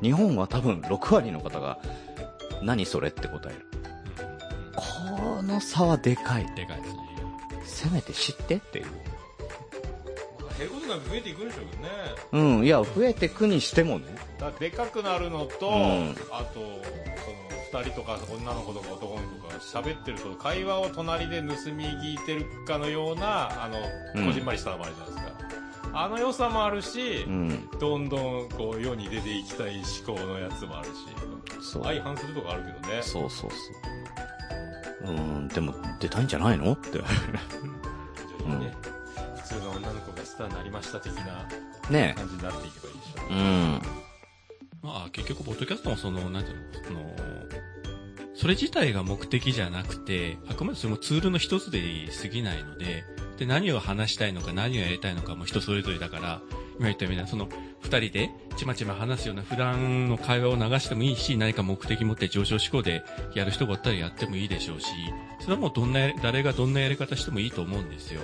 [SPEAKER 2] 日本は多分6割の方が何それって答えるこの差はでかい
[SPEAKER 5] でかいですね。
[SPEAKER 2] せめて知ってっていう
[SPEAKER 4] 減ることなく増えていくんでしょうけどね。
[SPEAKER 2] うんいや増えてくにしてもね
[SPEAKER 4] だからでかくなるのと、
[SPEAKER 2] うん
[SPEAKER 4] あと、その、二人とか女の子とか男の子が喋ってると、会話を隣で盗み聞いてるかのような、あの、
[SPEAKER 2] うん
[SPEAKER 4] こじんまりしたのもあるじゃないですか。あの良さもあるし
[SPEAKER 2] う、ん
[SPEAKER 4] どんどんこう世に出ていきたい思考のやつもあるし、
[SPEAKER 2] そう
[SPEAKER 4] 相反するとこあるけどね。
[SPEAKER 2] そうそうそう。うーん、でも出たいんじゃないの *laughs* って。
[SPEAKER 4] 徐々にね、普通の女の子がスターになりました的な
[SPEAKER 2] ね
[SPEAKER 4] 感じになっていけばいいでしょ
[SPEAKER 2] え。うん。
[SPEAKER 5] まあ結局、ポッドキャストもその、なんていうの、その、それ自体が目的じゃなくて、あくまでそれもツールの一つで過ぎないので、で、何を話したいのか何をやりたいのかも人それぞれだから、今言ったみたいな、その、二人でちまちま話すような普段の会話を流してもいいし、何か目的持って上昇志向でやる人ばったりやってもいいでしょうし、それはもうどんなやり、誰がどんなやり方してもいいと思うんですよ。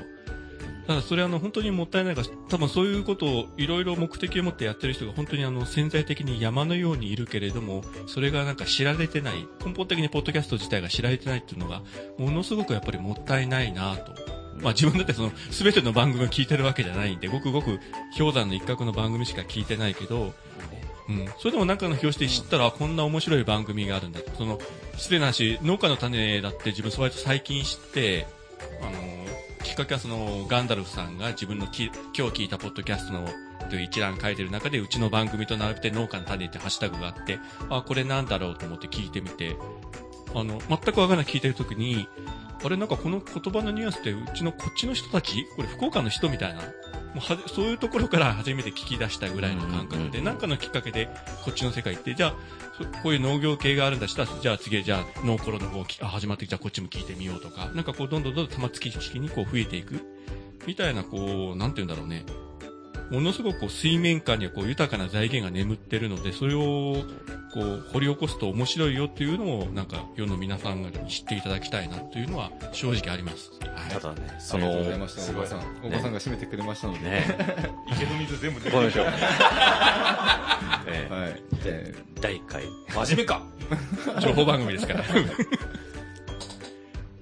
[SPEAKER 5] ただそれはあの本当にもったいないが、多分そういうことをいろいろ目的を持ってやってる人が本当にあの潜在的に山のようにいるけれども、それがなんか知られてない、根本的にポッドキャスト自体が知られてないっていうのが、ものすごくやっぱりもったいないなと。まあ自分だってその全ての番組を聞いてるわけじゃないんで、ごくごく氷山の一角の番組しか聞いてないけど、うん、それでも中の表紙で知ったら、あこんな面白い番組があるんだと。その、失礼な話、農家の種だって自分、そうやって最近知って、あのー、きっかけはその、ガンダルフさんが自分のき今日聞いたポッドキャストの、という一覧書いてる中で、うちの番組と並べて農家の種ってハッシュタグがあって、あ、これなんだろうと思って聞いてみて、あの、全くわからない聞いてる時に、あれなんかこの言葉のニュアンスってうちのこっちの人たちこれ福岡の人みたいな。もうはじそういうところから初めて聞き出したぐらいの感
[SPEAKER 2] うんうん
[SPEAKER 5] 覚
[SPEAKER 2] うんう
[SPEAKER 5] で、
[SPEAKER 2] ん
[SPEAKER 5] なんかのきっかけでこっちの世界行って、じゃあ、そこういう農業系があるんだしたら、じゃあ次、じゃあ、ノーコロの方きあ始まって、じゃあこっちも聞いてみようとか、なんかこう、どんどんどんどん玉突き式にこう増えていく。みたいな、こう、なんて言うんだろうね。ものすごくこう水面下にはこう豊かな財源が眠ってるので、それをこう掘り起こすと面白いよっていうのをなんか世の皆さんに知っていただきたいなというのは正直あります。はい。
[SPEAKER 2] ただね、
[SPEAKER 3] あ
[SPEAKER 2] そ
[SPEAKER 3] りが
[SPEAKER 2] の、
[SPEAKER 3] とうござい
[SPEAKER 2] ね
[SPEAKER 3] ました、おばさん。おばさんが締めてくれましたので。
[SPEAKER 2] え、
[SPEAKER 4] 池の水全部 *laughs* 出
[SPEAKER 2] ごめん
[SPEAKER 4] て
[SPEAKER 2] な
[SPEAKER 4] きた
[SPEAKER 2] *laughs* さい。ええ
[SPEAKER 3] はい。えー
[SPEAKER 2] 第1回。
[SPEAKER 4] 真面目か
[SPEAKER 5] 情報番組ですから。 *laughs*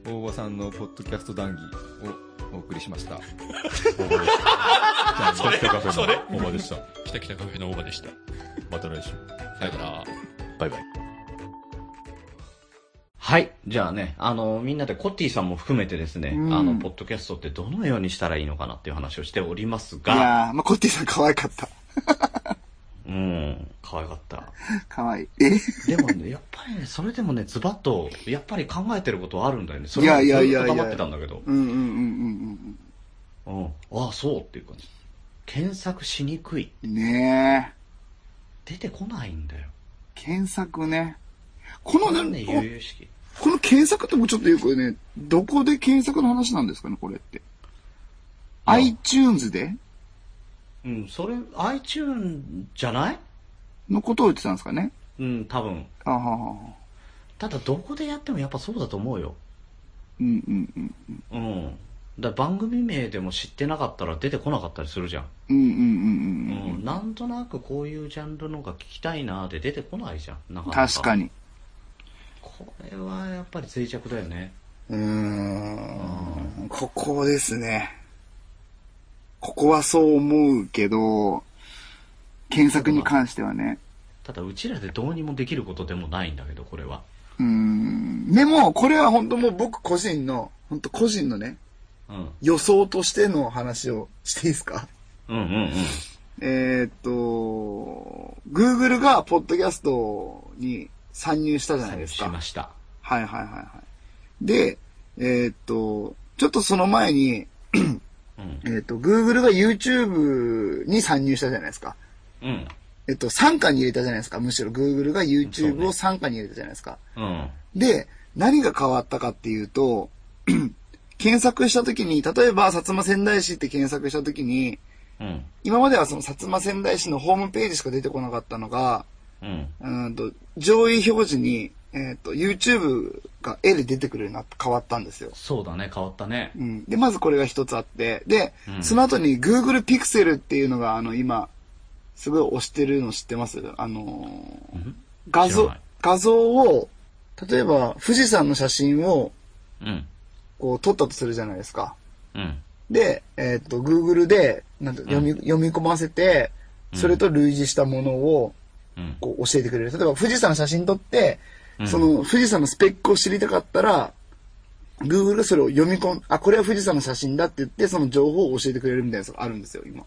[SPEAKER 3] 大場さんのポッドキャスト談義をお送りしました。
[SPEAKER 4] それそれおばでした。
[SPEAKER 5] きたきたカフェの大場でした。
[SPEAKER 4] また来週。
[SPEAKER 5] さよなら。
[SPEAKER 2] バイバイ。はい。じゃあね、あの、みんなでコッティさんも含めてですね、
[SPEAKER 1] うん
[SPEAKER 2] あの、ポッドキャストってどのようにしたらいいのかなっていう話をしております
[SPEAKER 1] い
[SPEAKER 2] が、
[SPEAKER 1] やー、まあ、コッティさん可愛かった。
[SPEAKER 2] うん、可愛かった。
[SPEAKER 1] 可愛い。え
[SPEAKER 2] でもね、やっぱりね、それでもね、ズバッと、やっぱり考えてることはあるんだよね。それはい
[SPEAKER 1] やい
[SPEAKER 2] ずっ
[SPEAKER 1] や
[SPEAKER 2] と
[SPEAKER 1] いやいや
[SPEAKER 2] 黙ってたんだけど。
[SPEAKER 1] うんうんうんうん
[SPEAKER 2] うん。ああ、そうっていう感じ。検索しにくい。
[SPEAKER 1] うん。ね
[SPEAKER 2] 出てこないんだよ。
[SPEAKER 1] え。検索ね。この、
[SPEAKER 2] なんで
[SPEAKER 1] ね、
[SPEAKER 2] 悠々しき。
[SPEAKER 1] この検索ってもうちょっとよくね、どこで検索の話なんですかね、これって。iTunes で
[SPEAKER 2] うん、それ、iTunes じゃない
[SPEAKER 1] のことを言ってたんですかね。
[SPEAKER 2] うん、多分。
[SPEAKER 1] あははは。
[SPEAKER 2] ただ、どこでやってもやっぱそうだと思うよ。
[SPEAKER 1] うんうんうん。
[SPEAKER 2] うん。だから番組名でも知ってなかったら出てこなかったりするじゃん。
[SPEAKER 1] うんう
[SPEAKER 2] う
[SPEAKER 1] んうんうんうん
[SPEAKER 2] ん。。なんとなくこういうジャンルのが聞きたいなーで出てこないじゃん。なかなか
[SPEAKER 1] 確か
[SPEAKER 2] に。
[SPEAKER 1] に。
[SPEAKER 2] これはやっぱり脆弱だよね。
[SPEAKER 1] うーん。ここですね。ここはそう思うけど、検索に関してはね。
[SPEAKER 2] ただ、うちらでどうにもできることでもないんだけど、これは。
[SPEAKER 1] うーん。でも、これは本当もう僕個人の、本当個人のね、
[SPEAKER 2] うん。
[SPEAKER 1] 予想としての話をしていいですか *laughs*
[SPEAKER 2] うんうんうん。
[SPEAKER 1] えーっと、Google がポッドキャストに参入したじゃないです
[SPEAKER 2] し
[SPEAKER 1] か。
[SPEAKER 2] ました。
[SPEAKER 1] はいはいはいはい。で、えーっと、ちょっとその前に、
[SPEAKER 2] うん。
[SPEAKER 1] えーっと、Google が YouTube に参入したじゃないですか。
[SPEAKER 2] うん。
[SPEAKER 1] えっと、参加に入れたじゃないですか。むしろ Google が
[SPEAKER 2] そう
[SPEAKER 1] YouTube
[SPEAKER 2] ね
[SPEAKER 1] を参加に入れたじゃないですか。
[SPEAKER 2] うん。
[SPEAKER 1] で、何が変わったかっていうと、 *clears throat* 検索したときに、例えば、薩摩仙台市って検索したときに、
[SPEAKER 2] うん。
[SPEAKER 1] 今まではその薩摩仙台市のホームページしか出てこなかったのが、
[SPEAKER 2] うん。
[SPEAKER 1] うーんと、上位表示に、えっ、と、YouTube が絵で出てくるようになって変わったんですよ。
[SPEAKER 2] そうだね、変わったね。
[SPEAKER 1] うん。で、まずこれが一つあって、で、
[SPEAKER 2] うん
[SPEAKER 1] その後に Google Pixel っていうのが、あの、今、すごい推してるの知ってますあのー
[SPEAKER 2] ん
[SPEAKER 1] 画
[SPEAKER 2] 知ら
[SPEAKER 1] 像
[SPEAKER 2] ない、
[SPEAKER 1] 画像を、例えば富士山の写真を、
[SPEAKER 2] うん。
[SPEAKER 1] こう、撮ったとするじゃないですか。
[SPEAKER 2] うん。
[SPEAKER 1] で、えっ、と、Google で、なんて読み、読み込ませて、それと類似したものを、
[SPEAKER 2] うん。
[SPEAKER 1] こう教えてくれる。例えば富士山の写真撮って、
[SPEAKER 2] うん
[SPEAKER 1] その富士山のスペックを知りたかったら、Google がそれを読み込む、あ、これは富士山の写真だって言って、その情報を教えてくれるみたいなやつがあるんですよ、今。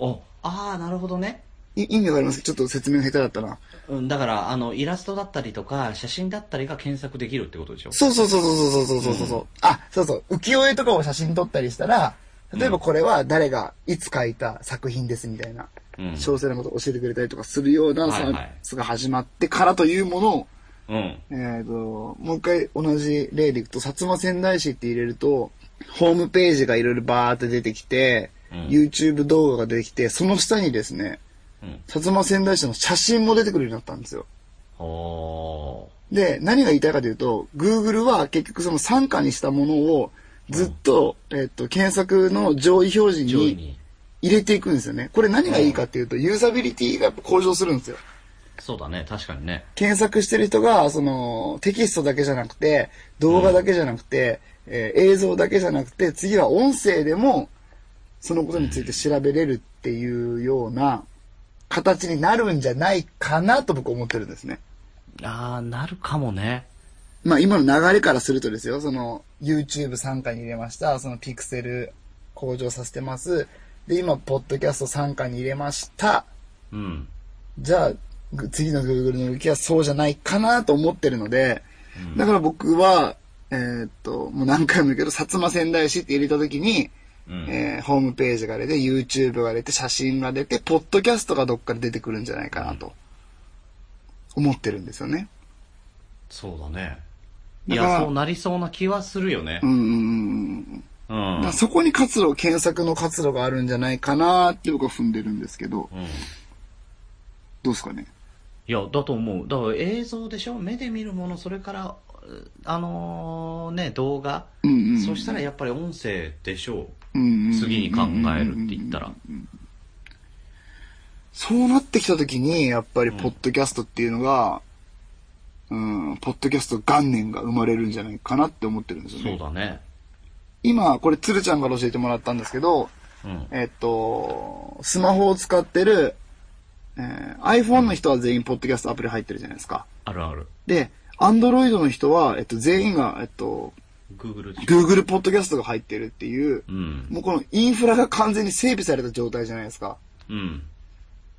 [SPEAKER 2] お、ああ、なるほどね。
[SPEAKER 1] い意味わかりますちょっと説明が下手だったな。
[SPEAKER 2] うん、だから、あの、イラストだったりとか、写真だったりが検索できるってことでしょ
[SPEAKER 1] そうそうそうそうそうそうそうそう、あ、そうそう。浮世絵とかを写真撮ったりしたら、例えばこれは誰がいつ描いた作品ですみたいな、
[SPEAKER 2] うん。
[SPEAKER 1] 詳細なことを教えてくれたりとかするようなサ
[SPEAKER 2] はいはい
[SPEAKER 1] ービスが始まってからというものを、
[SPEAKER 2] うん。
[SPEAKER 1] えっ、と、もう一回同じ例でいくと、薩摩仙台市って入れると、ホームページがいろいろバーって出てきて、 YouTube 動画が出てきて、その下にですね、
[SPEAKER 2] うん
[SPEAKER 1] 薩摩仙台市の写真も出てくるようになったんですよ。
[SPEAKER 2] お
[SPEAKER 1] で、何が言いたいかというと、Google は結局その参加にしたものをずっと、えっと、検索の上位表示
[SPEAKER 2] ー。上位
[SPEAKER 1] に
[SPEAKER 2] に。
[SPEAKER 1] 入れていくんですよね。これ何がいいかっていうと、ユーザビリティが向上するんですよ。
[SPEAKER 2] そうだね、確かにね。
[SPEAKER 1] 検索してる人が、その、テキストだけじゃなくて、動画だけじゃなくて、えー映像だけじゃなくて、次は音声でも、そのことについて調べれるっていうような形になるんじゃないかなと僕思ってるんですね。
[SPEAKER 2] ああ、なるかもね。
[SPEAKER 1] まあ今の流れからするとですよ、その YouTube 参加に入れました、そのピクセル向上させてます。で、今、ポッドキャスト参加に入れました。
[SPEAKER 2] うん。
[SPEAKER 1] じゃあ、ぐ次の Google の動きはそうじゃないかなと思ってるので、だから僕は、えーっと、もう何回も言うけど、薩摩仙台市って入れた時に、
[SPEAKER 2] うん
[SPEAKER 1] えーホームページが出て、YouTube が出て、写真が出て、ポッドキャストがどっかで出てくるんじゃないかなと、思ってるんですよね。
[SPEAKER 2] そうだね。い
[SPEAKER 1] だから
[SPEAKER 2] や、そうなりそうな気はするよね
[SPEAKER 1] う。んうんうんうん。
[SPEAKER 2] うん。
[SPEAKER 1] まあそこに活路、検索の活路があるんじゃないかなって僕は踏んでるんですけど、
[SPEAKER 2] うん。
[SPEAKER 1] どうですかね。
[SPEAKER 2] いや、だと思う。だから映像でしょ目で見るもの、それから、うあのーね、動画。
[SPEAKER 1] うんうんうん
[SPEAKER 2] そしたらやっぱり音声でしょ
[SPEAKER 1] うんうんうん
[SPEAKER 2] う。
[SPEAKER 1] うん
[SPEAKER 2] 次に考えるって言ったら。
[SPEAKER 1] そうなってきた時に、やっぱりポッドキャストっていうのが、うん、ポッドキャスト元年が生まれるんじゃないかなって思ってるんですよ
[SPEAKER 2] そう
[SPEAKER 1] ね。
[SPEAKER 2] だね。
[SPEAKER 1] 今、これ、鶴ちゃんから教えてもらったんですけど、
[SPEAKER 2] うん。
[SPEAKER 1] えっと、スマホを使ってる、えー iPhone の人は全員ポッドキャストアプリ入ってるじゃないですか。
[SPEAKER 2] あるある。
[SPEAKER 1] で、Android の人は、えっと、全員が、えっと、
[SPEAKER 2] Google でしょ
[SPEAKER 1] Google ポッドキャストが入ってるっていう、
[SPEAKER 2] うん。
[SPEAKER 1] もうこのインフラが完全に整備された状態じゃないですか。
[SPEAKER 2] うん。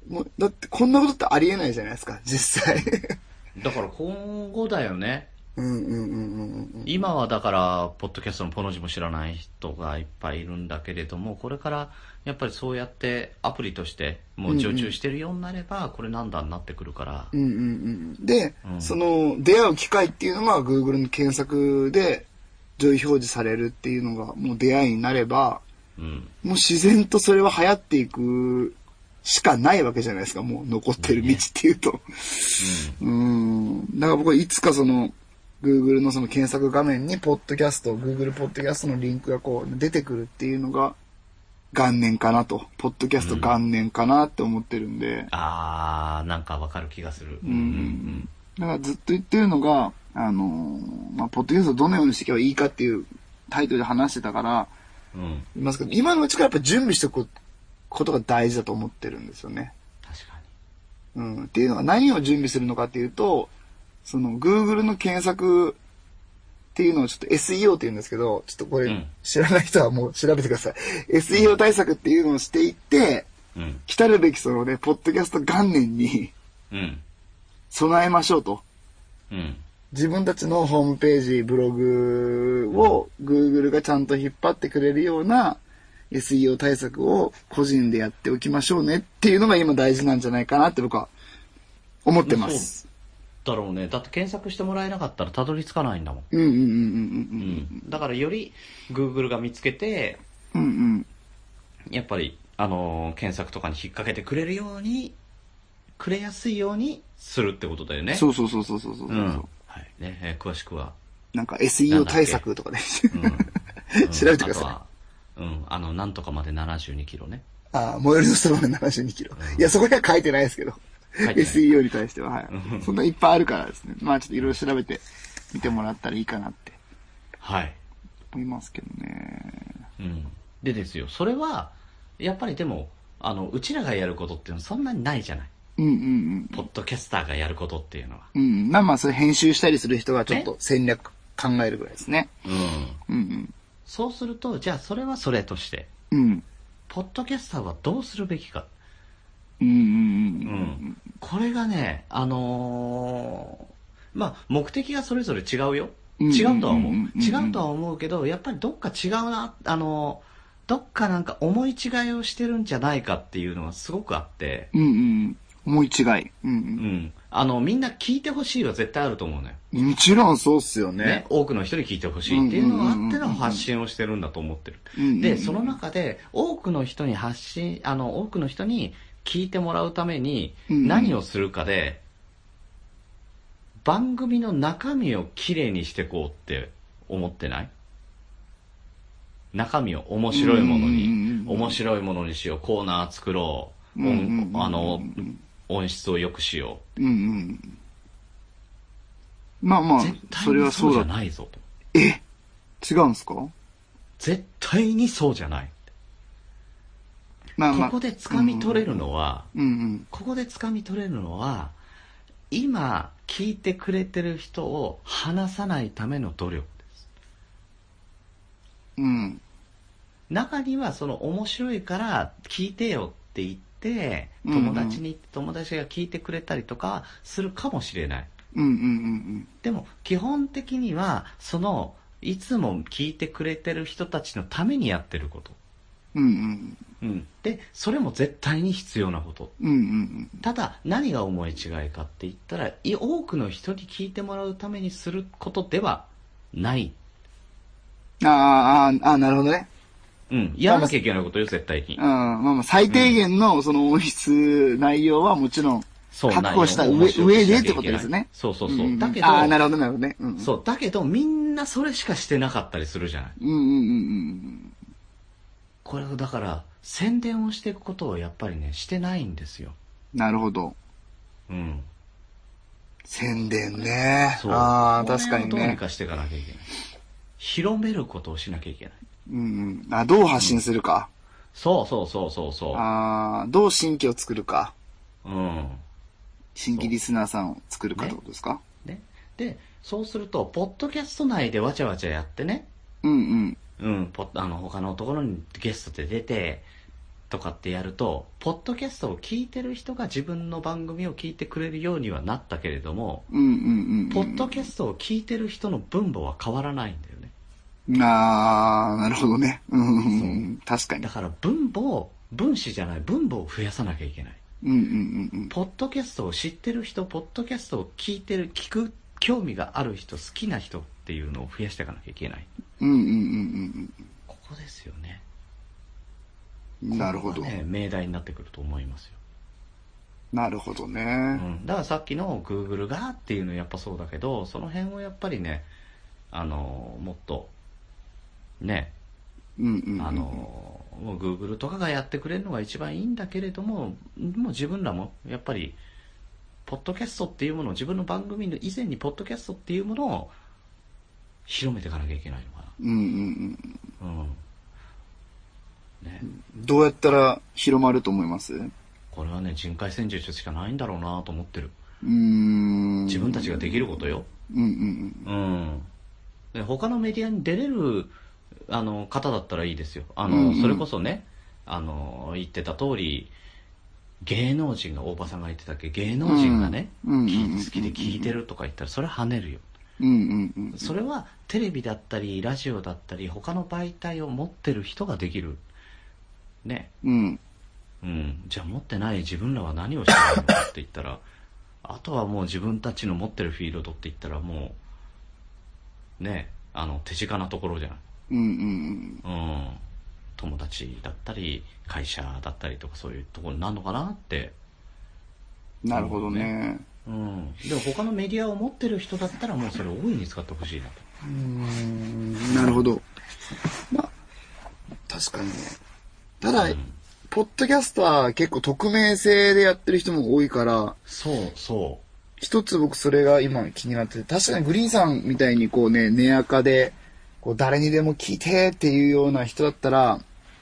[SPEAKER 1] もう、だってこんなことってありえないじゃないですか、実際。 *laughs*
[SPEAKER 2] だから今後だよね。
[SPEAKER 1] うんうんうんうんうん。
[SPEAKER 2] 今はだから、ポッドキャストのポの字も知らない人がいっぱいいるんだけれども、これからやっぱりそうやってアプリとしてもう常駐してるようになれば、これなんだになってくるから
[SPEAKER 1] う、んうんうん。で、
[SPEAKER 2] うん
[SPEAKER 1] その、出会う機会っていうのが Google の検索で上位表示されるっていうのが、もう出会いになれば、
[SPEAKER 2] うん。
[SPEAKER 1] もう自然とそれは流行っていくしかないわけじゃないですか、もう残ってる道っていうと。うん。だから僕はいつかその、Google のその検索画面に、ポッドキャスト、Google ポッドキャストのリンクがこう出てくるっていうのが、元年かなと。ポッドキャスト元年かなって思ってるんで、
[SPEAKER 2] あー、なんかわかる気がする。うん
[SPEAKER 1] んだからずっと言ってるのが、あのーまあ、ポッドキャストをどのようにしていけばいいかっていうタイトルで話してたから、
[SPEAKER 2] うんうん。うん。
[SPEAKER 1] いますけど、今のうちからやっぱ準備しておくことが大事だと思ってるんですよね。
[SPEAKER 2] 確か
[SPEAKER 1] うん。っていうのが何を準備するのかっていうと、その Google の検索っていうのをちょっと SEO って言うんですけど、ちょっとこ
[SPEAKER 2] う
[SPEAKER 1] れ
[SPEAKER 2] ん
[SPEAKER 1] 知らない人はもう *laughs* 調べてください。SEO 対策っていうのをしていって、
[SPEAKER 2] に。うん。
[SPEAKER 1] 来たるべきそのね、ポッドキャスト元年に
[SPEAKER 2] うん。
[SPEAKER 1] 備えましょうと。
[SPEAKER 2] うん。
[SPEAKER 1] 自分たちのホームページ、ブログを Google がちゃんと引っ張ってくれるような SEO 対策を個人でやっておきましょうねっていうのが今大事なんじゃないかなって僕は思ってます。
[SPEAKER 2] だろうね。だって検索してもらえなかったらたどり着かないんだもん。
[SPEAKER 1] うんうんうん
[SPEAKER 2] う
[SPEAKER 1] うん
[SPEAKER 2] ん。だからより Google が見つけて、
[SPEAKER 1] うん。うんうん。
[SPEAKER 2] やっぱり、あのー検索とかに引っ掛けてくれるように、くれやすいようにするってことだよね。
[SPEAKER 1] そうそうそうそうそうそう、
[SPEAKER 2] うん。はい。ね、えー詳しくは。
[SPEAKER 1] なんか SEO 対策とかで。
[SPEAKER 2] うん。うん
[SPEAKER 1] 調べてくださ
[SPEAKER 2] あと
[SPEAKER 1] い
[SPEAKER 2] は、うん。あの、なんとかまで72キロ
[SPEAKER 1] *laughs*
[SPEAKER 2] ね。
[SPEAKER 1] ああ、最寄りのスタバで72キロ。いや、そこには書いてないですけど。
[SPEAKER 2] いてない
[SPEAKER 1] SEO に対しては、はい。そんないっぱいあるからですね。まあちょっといろいろ調べてみてもらったらいいかなって
[SPEAKER 2] はい。
[SPEAKER 1] 思いますけどね。
[SPEAKER 2] うん。でですよ、それは、やっぱりでも、あの、うちらがやることっていうのはそんなにないじゃない。
[SPEAKER 1] うんうんうん。
[SPEAKER 2] ポッドキャスターがやることっていうのは。
[SPEAKER 1] うん。まあまあ、それ編集したりする人がちょっと戦略考えるぐらいですね。
[SPEAKER 2] うん。
[SPEAKER 1] うん
[SPEAKER 2] そうすると、じゃあそれはそれとして、
[SPEAKER 1] うん。うん。
[SPEAKER 2] ポッドキャスターはどうするべきか。
[SPEAKER 1] うん
[SPEAKER 2] う
[SPEAKER 1] うん
[SPEAKER 2] ん。これがね、あのーまあ、目的がそれぞれ違うよ。
[SPEAKER 1] うん
[SPEAKER 2] 違うとは思う
[SPEAKER 1] うん。うん
[SPEAKER 2] 違うとは思うけど、やっぱりどっか違うな、あのーどっかなんか思い違いをしてるんじゃないかっていうのはすごくあって、
[SPEAKER 1] うんうん。思い違い。う
[SPEAKER 2] うんん。あの、みんな聞いてほしいは絶対あると思うのよ。
[SPEAKER 1] うん。もちろんそうっすよ
[SPEAKER 2] ね。
[SPEAKER 1] ね。
[SPEAKER 2] 多くの人に聞いてほしいっていうのがあ
[SPEAKER 1] うんうん
[SPEAKER 2] っ
[SPEAKER 1] うんうん
[SPEAKER 2] て
[SPEAKER 1] うん
[SPEAKER 2] の発信をしてるんだと思ってる。
[SPEAKER 1] うん
[SPEAKER 2] で、その中で、多くの人に発信、あの、多くの人に聞いてもらうために、
[SPEAKER 1] うん
[SPEAKER 2] 何をするかで、番組の中身をきれいにしてこうって思ってない中身を面白いもの
[SPEAKER 1] うんうんうん
[SPEAKER 2] に、
[SPEAKER 1] うん
[SPEAKER 2] 面白いものにしよう、コーナー作ろう、
[SPEAKER 1] うんうんうんうん
[SPEAKER 2] 音あの、音質を良くしよ
[SPEAKER 1] うんうん。まあま
[SPEAKER 2] う。
[SPEAKER 1] あ
[SPEAKER 2] 絶、対
[SPEAKER 1] それは
[SPEAKER 2] に
[SPEAKER 1] そ
[SPEAKER 2] そう
[SPEAKER 1] う
[SPEAKER 2] じ
[SPEAKER 1] だ
[SPEAKER 2] ゃ。ないぞと。
[SPEAKER 1] え違うんすか
[SPEAKER 2] 絶対にそうじゃない。
[SPEAKER 1] まあま
[SPEAKER 2] こ
[SPEAKER 1] あ。
[SPEAKER 2] こで掴み取れるのは、
[SPEAKER 1] うんうん。
[SPEAKER 2] ここで掴み取れるのは、今聞いてくれてる人を離さないための努力です。
[SPEAKER 1] うん。
[SPEAKER 2] 中にはその面白いから聞いてよって言って、
[SPEAKER 1] うんうん
[SPEAKER 2] 友達に、友達が聞いてくれたりとかするかもしれない。
[SPEAKER 1] うんうんうん
[SPEAKER 2] でも基本的には、その、いつも聞いてくれてる人たちのためにやってること。
[SPEAKER 1] うん。うんうん。
[SPEAKER 2] うん。で、それも絶対に必要なこと。
[SPEAKER 1] うんうん
[SPEAKER 2] ただ何が思い違いかって言ったらい多くの人に聞いてもらうためにすることではない、
[SPEAKER 1] うん。あーあー、あーなるほどね。
[SPEAKER 2] うん、やらなきゃいけないことよ絶対に
[SPEAKER 1] うん。まあまあ、最低限のその音質、内容はもちろん。
[SPEAKER 2] そう
[SPEAKER 1] 確保した
[SPEAKER 2] 内容を面白く
[SPEAKER 1] 上
[SPEAKER 2] しなきゃ
[SPEAKER 1] 上でってこと
[SPEAKER 2] いけない
[SPEAKER 1] ですね
[SPEAKER 2] そうそうそう、
[SPEAKER 1] んん
[SPEAKER 2] だけど
[SPEAKER 1] ああ、なるほど、なるほどね。うん。
[SPEAKER 2] そうだけどみんなそれしかしてなかったりするじゃない
[SPEAKER 1] うんうんうん
[SPEAKER 2] これをだから宣伝をしていくことをやっぱりねしてないんですよ
[SPEAKER 1] うん。なるほど。
[SPEAKER 2] うん
[SPEAKER 1] 宣伝ね。
[SPEAKER 2] そう
[SPEAKER 1] ああ、
[SPEAKER 2] これを
[SPEAKER 1] 確かに
[SPEAKER 2] どうに
[SPEAKER 1] ね。
[SPEAKER 2] かしていかなきゃいけない広めることをしなきゃいけない
[SPEAKER 1] うんうん。あ、どう発信するか。
[SPEAKER 2] そうそうそうそうそ
[SPEAKER 1] ああ、どう新規を作るか。
[SPEAKER 2] ううん
[SPEAKER 1] 新規リスナーさんを作るかってことですか
[SPEAKER 2] ね。で、そうすると、ポッドキャスト内でわちゃわちゃやってね、
[SPEAKER 1] うんうん。
[SPEAKER 2] うん、ポッあの、他のところにゲストで出て、とかってやると、ポッドキャストを聞いてる人が自分の番組を聞いてくれるようにはなったけれども、
[SPEAKER 1] うんうんうん。
[SPEAKER 2] ポッドキャストを聞いてる人の分母は変わらないんだよね。
[SPEAKER 1] ああ、なるほどね。うんうんうん。確かに
[SPEAKER 2] だ。から分母を、分子じゃない、分母を増やさなきゃいけない。
[SPEAKER 1] うんうんうんうん。
[SPEAKER 2] ポッドキャストを知ってる人、ポッドキャストを聞いてる、聞く、興味がある人、好きな人っていうのを増やしていかなきゃいけない。
[SPEAKER 1] うんうんうん
[SPEAKER 2] ここですよね。
[SPEAKER 1] うんうん。なるほど。
[SPEAKER 2] ね、命題になってくると思いますよ、
[SPEAKER 1] なるほど
[SPEAKER 2] う
[SPEAKER 1] ね。
[SPEAKER 2] ん、だからさっきの Google がっていうのやっぱそうだけどその辺をやっぱりねあのもっとね
[SPEAKER 1] うんうんうん。
[SPEAKER 2] あの、もう Google とかがやってくれるのが一番いいんだけれどももう自分らもやっぱりポッドキャストっていうものを自分の番組の以前にポッドキャストっていうものを広めていかなきゃいけないのか
[SPEAKER 1] うんうんうん。
[SPEAKER 2] なうんね
[SPEAKER 1] どうやったら広まると思いますう
[SPEAKER 2] これはね人海戦術しかないんだろうなと思ってる
[SPEAKER 1] ーん。
[SPEAKER 2] 自分たちができることよ、
[SPEAKER 1] うんうん
[SPEAKER 2] うん、で他のメディアに出れるあの方だったらいいですよあの、
[SPEAKER 1] うんうん
[SPEAKER 2] それこそねあの言ってた通り芸能人が大場さんが言ってたっけ芸能人がね、
[SPEAKER 1] うんうんうんうん
[SPEAKER 2] 聞い好きで聞いてるとか言ったらそれは跳ねるよ
[SPEAKER 1] うん。うんうん
[SPEAKER 2] それはテレビだったりラジオだったり他の媒体を持ってる人ができるね
[SPEAKER 1] うん。うん。
[SPEAKER 2] うん、じゃあ持ってない自分らは何をしてないのかって言ったら *laughs* あとはもう自分たちの持ってるフィールドって言ったらもうねあの手近なところじゃない、
[SPEAKER 1] うんうん
[SPEAKER 2] うん、友達だったり会社だったりとかそういうところになるのかなって、
[SPEAKER 1] うん。なるほどね。
[SPEAKER 2] うん、でも他のメディアを持ってる人だったらもうそれを大いに使ってほしいなと
[SPEAKER 1] なるほど。まあ、確かにね。ただ、ポッドキャストは結構匿名性でやってる人も多いから、
[SPEAKER 2] そうそ
[SPEAKER 1] 一つ僕それが今気になってて、確かにグリーンさんみたいにこうね、寝やかで、こう誰にでも聞いてっていうような人だったら、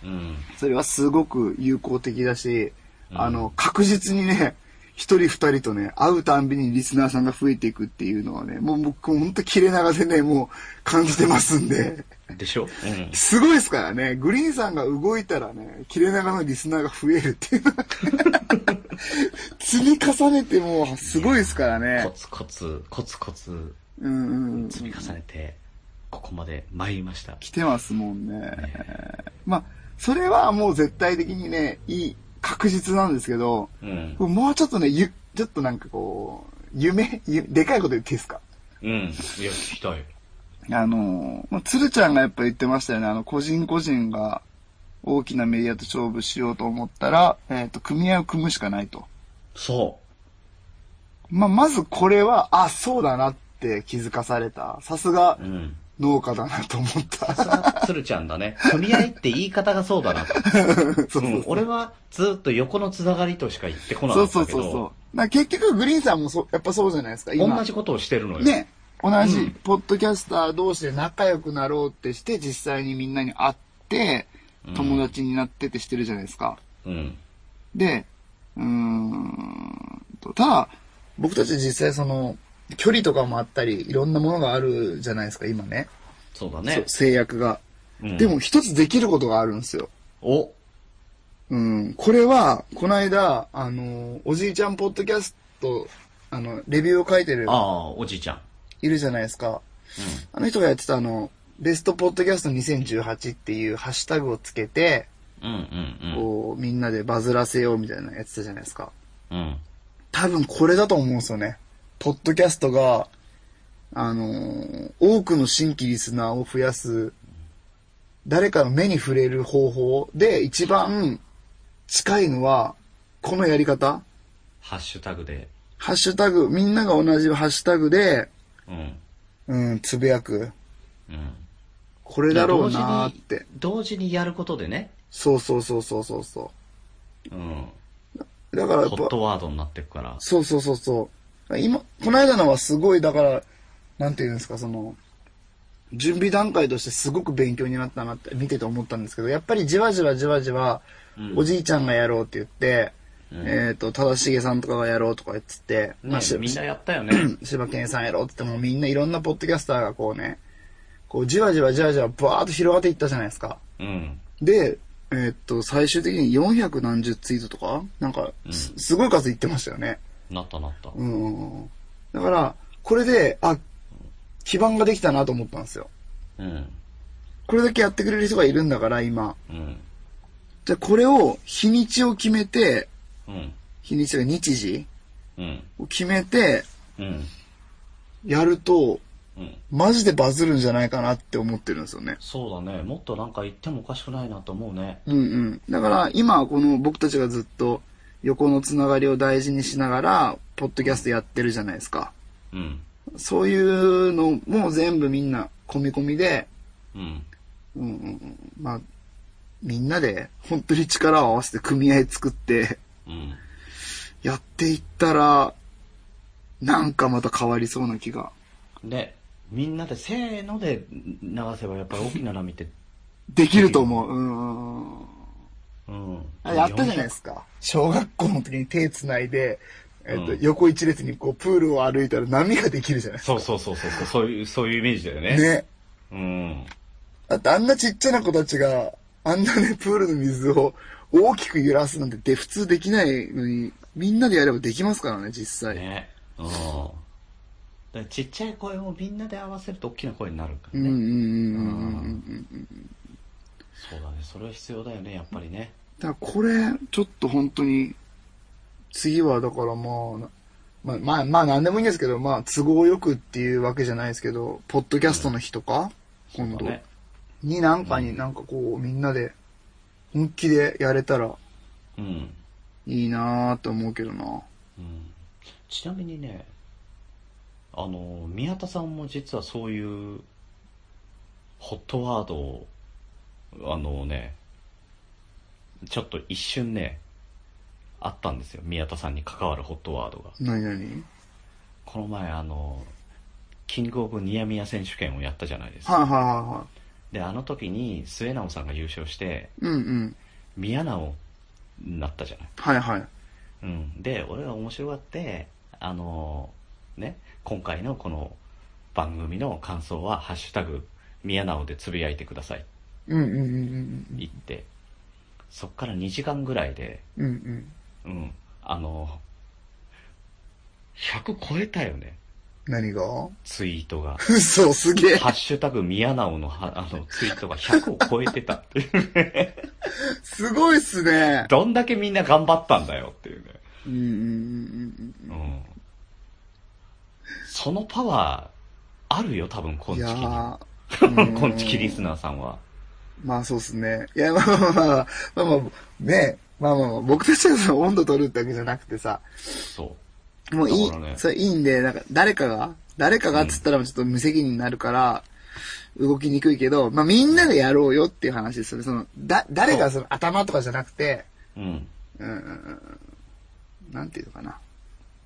[SPEAKER 2] ううん
[SPEAKER 1] それはすごく有効的だし、
[SPEAKER 2] うん
[SPEAKER 1] あの、確実にね、一人二人とね、会うたんびにリスナーさんが増えていくっていうのはね、もう僕ほんと切れ長でね、もう感じてますんで。
[SPEAKER 2] でしょ、うん
[SPEAKER 1] すごいですからね、グリーンさんが動いたらね、切れ長のリスナーが増えるっていうの
[SPEAKER 2] *laughs*
[SPEAKER 1] は積み重ねてもうすごいですから
[SPEAKER 2] コ
[SPEAKER 1] ね。
[SPEAKER 2] ツコツコツコツ
[SPEAKER 1] うんうん。
[SPEAKER 2] 積み重ねてここまで参りました
[SPEAKER 1] 来てますもんね。まあ、それはもう絶対的にね、いい確実なんですけど、
[SPEAKER 2] うん。
[SPEAKER 1] もうちょっとね、ゆ、ちょっとなんかこう、夢、ゆでかいこと言っていいですか
[SPEAKER 2] うん。いや、聞きたい。
[SPEAKER 1] あの、まあ、鶴ちゃんがやっぱ言ってましたよね。あの、個人個人が大きなメディアと勝負しようと思ったら、えっ、と、組合を組むしかないと。
[SPEAKER 2] そ
[SPEAKER 1] まあ、まずこれは、あ、そうだなって気づかされた。さすが
[SPEAKER 2] う。うん。
[SPEAKER 1] 農家だなと思った。
[SPEAKER 2] さすが、鶴ちゃんだね。組合って言い方がそうだなと。
[SPEAKER 1] *laughs* そうそう
[SPEAKER 2] うん俺はずっと横のつながりとしか言ってこな
[SPEAKER 1] *laughs* そ
[SPEAKER 2] か
[SPEAKER 1] う
[SPEAKER 2] っ
[SPEAKER 1] そう
[SPEAKER 2] たけ
[SPEAKER 1] そう
[SPEAKER 2] ど
[SPEAKER 1] そ、う。な結局、グリーンさんもそうやっぱそうじゃないですか、今。
[SPEAKER 2] 同じことをしてるのよ。
[SPEAKER 1] ね、同じ、ポッドキャスター同士で仲良くなろうってして、実際にみんなに会って、友達になってってしてるじゃないですか。
[SPEAKER 2] うん。
[SPEAKER 1] で、うーんと、ただ、僕たち実際その、距離とかもあったり、いろんなものがあるじゃないですか、今ね。
[SPEAKER 2] そうだ
[SPEAKER 1] そう
[SPEAKER 2] ね。
[SPEAKER 1] 制約が。
[SPEAKER 2] うん
[SPEAKER 1] でも、一つできることがあるんですよ。
[SPEAKER 2] お、
[SPEAKER 1] うん、これは、この間、あの、おじいちゃんポッドキャスト、あの、レビューを書いてる
[SPEAKER 2] あ、あ、おじいちゃん。
[SPEAKER 1] いるじゃないですか。あの人がやってたあの、ベストポッドキャスト2018っていうハッシュタグをつけて、
[SPEAKER 2] うんうん
[SPEAKER 1] こう、みんなでバズらせようみたいなのやってたじゃないですか。
[SPEAKER 2] うん。うん。
[SPEAKER 1] 多分これだと思うんですよね。ポッドキャストが、あのー多くの新規リスナーを増やす、誰かの目に触れる方法で一番近いのは、このやり方
[SPEAKER 2] ハッシュタグで。
[SPEAKER 1] ハッシュタグ、みんなが同じハッシュタグで、
[SPEAKER 2] うん。
[SPEAKER 1] うん、つぶやく。
[SPEAKER 2] うん。
[SPEAKER 1] これだろうなーって。
[SPEAKER 2] 同時にやることでね、
[SPEAKER 1] そうそうそうそうそうそ
[SPEAKER 2] うん。
[SPEAKER 1] う。だからやっ
[SPEAKER 2] ホッ
[SPEAKER 1] ぱ、
[SPEAKER 2] トワードになってくから。
[SPEAKER 1] そうそうそうそう。今、この間のはすごい、だから、なんていうんですか、その、準備段階としてすごく勉強になったなって見てて思ったんですけど、やっぱりじわじわじわじわ、おじいちゃんがやろうって言って、えっ、と、正しげさんとかがやろうとか言ってて、ま
[SPEAKER 2] ね
[SPEAKER 1] あ、し
[SPEAKER 2] みんなやったよね。
[SPEAKER 1] 柴犬さんやろうって言ってもみんないろんなポッドキャスターがこうね、こうじわじわじわじわバーっと広がっていったじゃないですか。
[SPEAKER 2] うん。
[SPEAKER 1] で、えーっと、最終的に400何十ツイートとかなんかす、すごい数いってましたよね。
[SPEAKER 2] なったなった。
[SPEAKER 1] うんうんうん。だから、これで、あ、基盤ができたなと思ったんですよ。
[SPEAKER 2] うん。
[SPEAKER 1] これだけやってくれる人がいるんだから、今。
[SPEAKER 2] うん。
[SPEAKER 1] じゃあ、これを、日にちを決めて、
[SPEAKER 2] うん。
[SPEAKER 1] 日にちが日時
[SPEAKER 2] うん。
[SPEAKER 1] を決めて、
[SPEAKER 2] うん。
[SPEAKER 1] やると、
[SPEAKER 2] うん。
[SPEAKER 1] マジでバズるんじゃないかなって思ってるんですよね。
[SPEAKER 2] そうだね。もっとなんか言ってもおかしくないなと思うね。
[SPEAKER 1] うんうん。だから今この僕たちがずっと横のつながりを大事にしながら、ポッドキャストやってるじゃないですか。
[SPEAKER 2] うん。
[SPEAKER 1] そういうのも全部みんな込み込みで、
[SPEAKER 2] うん。
[SPEAKER 1] うんうんうん、まあ、みんなで本当に力を合わせて組合作って
[SPEAKER 2] うん。
[SPEAKER 1] やっていったら、なんかまた変わりそうな気が。
[SPEAKER 2] で、みんなでせーので流せばやっぱり大きな波って、
[SPEAKER 1] できると思う。うんうんうん。
[SPEAKER 2] *laughs* うん。
[SPEAKER 1] あやったじゃないですか。小学校の時に手つないで、えっと、
[SPEAKER 2] うん
[SPEAKER 1] 横一列にこうプールを歩いたら波ができるじゃないですか。
[SPEAKER 2] そうそうそうそうそう、そういう、そういうイメージだよね。
[SPEAKER 1] ね。
[SPEAKER 2] うん。
[SPEAKER 1] だってあんなちっちゃな子たちが、あんなね、プールの水を大きく揺らすなんてで普通できないのに、みんなでやればできますからね、実際。
[SPEAKER 2] ね。うん。だからちっちゃい声をみんなで合わせると大きな声になるか
[SPEAKER 1] う
[SPEAKER 2] ら
[SPEAKER 1] んう
[SPEAKER 2] ね。
[SPEAKER 1] んうんうんうん
[SPEAKER 2] う
[SPEAKER 1] うん。
[SPEAKER 2] そうだね。それは必要だよね、やっぱりね。
[SPEAKER 1] だからこれ、ちょっと本当に、次はだからまあ、まあ、まあ、まあ、なんでもいいんですけど、まあ、都合よくっていうわけじゃないですけど、ポッドキャストの日とか、今
[SPEAKER 2] そう
[SPEAKER 1] 度、
[SPEAKER 2] だね。
[SPEAKER 1] になんかになんかこう、みんなで、本気でやれたら
[SPEAKER 2] うん。
[SPEAKER 1] いいなぁと思うけどな
[SPEAKER 2] うん。ちなみにね、あの、宮田さんも実はそういう、ホットワードを、あのね、ちょっと一瞬ね、あったんですよ。宮田さんに関わるホットワードが。
[SPEAKER 1] 何何
[SPEAKER 2] この前、あの、キングオブニヤミヤ選手権をやったじゃないですか。
[SPEAKER 1] はいはいはいはい。
[SPEAKER 2] で、あの時に末直さんが優勝して、
[SPEAKER 1] うんうん。
[SPEAKER 2] 宮直になったじゃない。
[SPEAKER 1] はいはい。
[SPEAKER 2] うん。で、俺が面白がって、あのね、今回のこの番組の感想は、ハッシュタグ、宮直でつぶやいてくださいって
[SPEAKER 1] うんうんうん
[SPEAKER 2] 言って、そっから2時間ぐらいで、
[SPEAKER 1] うんうん。うんうん。
[SPEAKER 2] うん、あの100超えたよね。
[SPEAKER 1] 何が
[SPEAKER 2] ツイートが。
[SPEAKER 1] 嘘、すげえ。
[SPEAKER 2] ハッシュタグ宮直のはあのツイートが100を超えてたっていう。
[SPEAKER 1] すごいっすね。
[SPEAKER 2] どんだけみんな頑張ったんだよっていうね。
[SPEAKER 1] うんうんうん
[SPEAKER 2] うん。そのパワー、あるよ、多分、
[SPEAKER 1] うんう
[SPEAKER 2] こん
[SPEAKER 1] ん。い
[SPEAKER 2] ち
[SPEAKER 1] やー。
[SPEAKER 2] きに。
[SPEAKER 1] うん
[SPEAKER 2] *laughs* こんちきリスナーさんは。
[SPEAKER 1] まあそうっすね。いや、まあまあまあまあ、まあまあ、ねまあまあまあ、僕たちがその温度取るってわけじゃなくてさ、
[SPEAKER 2] そ
[SPEAKER 1] もういい、
[SPEAKER 2] だからね
[SPEAKER 1] それいいんで、なんか誰かが、誰かがっつったらちょっと無責任になるから、動きにくいけど、まあみんなでやろうよっていう話ですよね。その、だ、誰がその頭とかじゃなくて、
[SPEAKER 2] う。うん。
[SPEAKER 1] うんうんうんうん、なんていうのかな。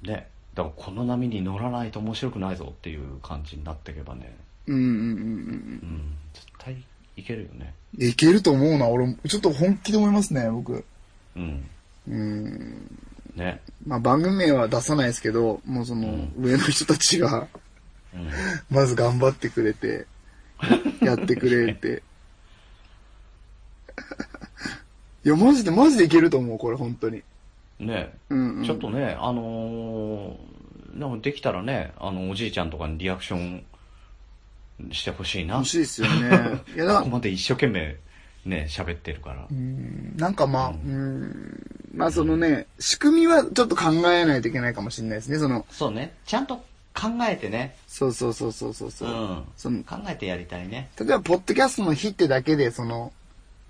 [SPEAKER 2] ね。だから、この波に乗らないと面白くないぞっていう感じになっていけばね。
[SPEAKER 1] うんうんうん
[SPEAKER 2] うん。絶対いけるよね。
[SPEAKER 1] うん。いけると思うな、俺、ちょっと本気で思いますね、僕。
[SPEAKER 2] うん。
[SPEAKER 1] うん。
[SPEAKER 2] ね。
[SPEAKER 1] まあ番組名は出さないですけど、もうその、上の人たちが、
[SPEAKER 2] うん。
[SPEAKER 1] まず頑張ってくれて、やってく
[SPEAKER 2] *laughs*
[SPEAKER 1] れて。いや、マジで、マジでいけると思う、これ、本当に。
[SPEAKER 2] ね。
[SPEAKER 1] うん、うん。
[SPEAKER 2] ちょっとね、あのーなんかできたらね、あの、おじいちゃんとかにリアクションしてほしいな。
[SPEAKER 1] 欲
[SPEAKER 2] こ
[SPEAKER 1] しいですよ
[SPEAKER 2] *laughs*
[SPEAKER 1] ね。いや、だ
[SPEAKER 2] こまで一生懸命ね、喋ってるから
[SPEAKER 1] う。んなんかまあ、うん、まあそのね、仕組みはちょっと考えないといけないかもしれないですね、その、
[SPEAKER 2] そうね、ちゃんと考えてね、
[SPEAKER 1] そうそうそうそうそう
[SPEAKER 2] う
[SPEAKER 1] そう、
[SPEAKER 2] ん。
[SPEAKER 1] その
[SPEAKER 2] 考えてやりたいね。
[SPEAKER 1] 例えば、ポッドキャストの日ってだけで、その、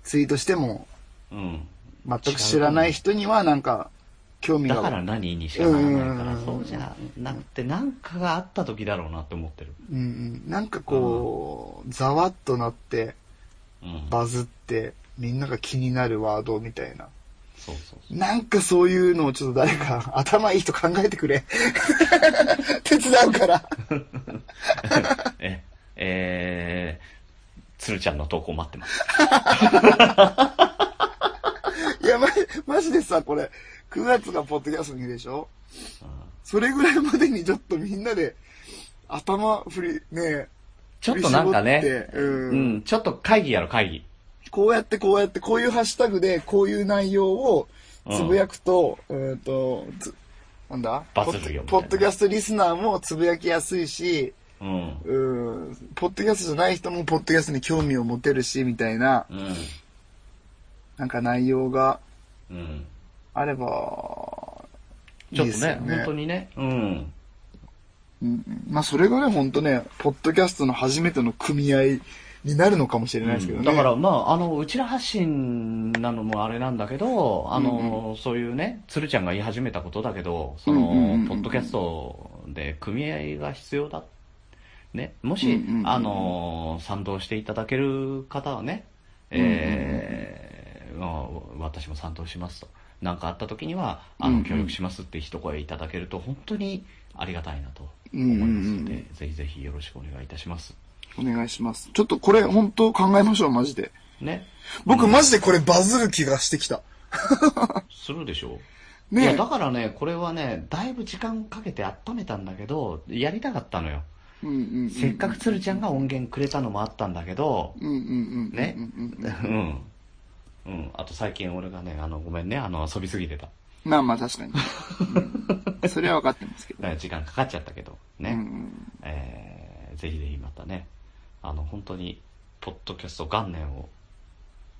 [SPEAKER 1] ツイートしても、
[SPEAKER 2] うん。
[SPEAKER 1] 全く知らない人には、なんか、興味
[SPEAKER 2] だ
[SPEAKER 1] が。
[SPEAKER 2] から何にしかならないか
[SPEAKER 1] う
[SPEAKER 2] ら、
[SPEAKER 1] ん
[SPEAKER 2] そうじゃなくて、なんかがあった時だろうなって思ってる。
[SPEAKER 1] うんうん。なんかこう、ざわっとなって、
[SPEAKER 2] うん。
[SPEAKER 1] バズって、みんなが気になるワードみたいな。
[SPEAKER 2] そうそうそう。
[SPEAKER 1] なんかそういうのをちょっと誰か、 *laughs* 頭いい人考えてくれ。 *laughs* 手伝うから。
[SPEAKER 2] え、えー、つるちゃんの投稿待ってます。
[SPEAKER 1] いや、ま、マジでさ、これ、9月がポッドキャストの日でしょ
[SPEAKER 2] うん
[SPEAKER 1] それぐらいまでにちょっとみんなで、頭振り、ねえ
[SPEAKER 2] ちょっとなんか
[SPEAKER 1] 振り絞
[SPEAKER 2] ね
[SPEAKER 1] っ、てうん
[SPEAKER 2] うん、ちょっと会議やろ、会議。
[SPEAKER 1] こうやってこうやって、こういうハッシュタグで、こういう内容をつぶやくと、えっ、と、つなんだ
[SPEAKER 2] バズるよみたいな
[SPEAKER 1] ポッドポッドキャストリスナーもつぶやきやすいし、
[SPEAKER 2] うん。
[SPEAKER 1] うーん、ポッドキャストじゃない人もポッドキャストに興味を持てるし、みたいな、
[SPEAKER 2] うん。
[SPEAKER 1] なんか内容が
[SPEAKER 2] うん。
[SPEAKER 1] あれば、
[SPEAKER 2] ちょっと
[SPEAKER 1] いい
[SPEAKER 2] ね、
[SPEAKER 1] ですよ
[SPEAKER 2] 本当にね、うん。
[SPEAKER 1] うんまあ、それがね、本当ね、ポッドキャストの初めての組合になるのかもしれないですけどね。
[SPEAKER 2] だから、まあ、あの、うちら発信なのもあれなんだけど、あの、そういうね、鶴ちゃんが言い始めたことだけど、その、
[SPEAKER 1] うんうんうんうん
[SPEAKER 2] ポッドキャストで組合が必要だ。ね、もし、
[SPEAKER 1] うんうんうんうん
[SPEAKER 2] あの、賛同していただける方はね、えーまあ私も賛同しますと。なんかあった時には、あ
[SPEAKER 1] うんう
[SPEAKER 2] の、
[SPEAKER 1] ん
[SPEAKER 2] 協力しますって一声いただけると、本当にありがたいなと
[SPEAKER 1] う
[SPEAKER 2] 思
[SPEAKER 1] ん
[SPEAKER 2] い
[SPEAKER 1] うんう
[SPEAKER 2] ますの
[SPEAKER 1] ん
[SPEAKER 2] で、ぜひぜひよろしくお願いいたします。
[SPEAKER 1] お願いします。ちょっとこれ本当考えましょう、マジで。
[SPEAKER 2] ね、
[SPEAKER 1] 僕マジでこれバズる気がしてきた。
[SPEAKER 2] するでしょういや、
[SPEAKER 1] ね
[SPEAKER 2] だからね、これはね、だいぶ時間かけて温めたんだけど、やりたかったのよ。
[SPEAKER 1] うんうんうん
[SPEAKER 2] せっかく鶴ちゃんが音源くれたのもあったんだけど、
[SPEAKER 1] うんうんうん。
[SPEAKER 2] ね
[SPEAKER 1] うん
[SPEAKER 2] う
[SPEAKER 1] うん
[SPEAKER 2] ん。うん。あと最近俺がね、あの、ごめんね、あの、遊びすぎてた。
[SPEAKER 1] まあまあ確かに。うんそれは分かってますけど。
[SPEAKER 2] ね時間かかっちゃったけど、ね。
[SPEAKER 1] うん
[SPEAKER 2] えー、ぜひぜひまたね、あの、本当に、ポッドキャスト元年を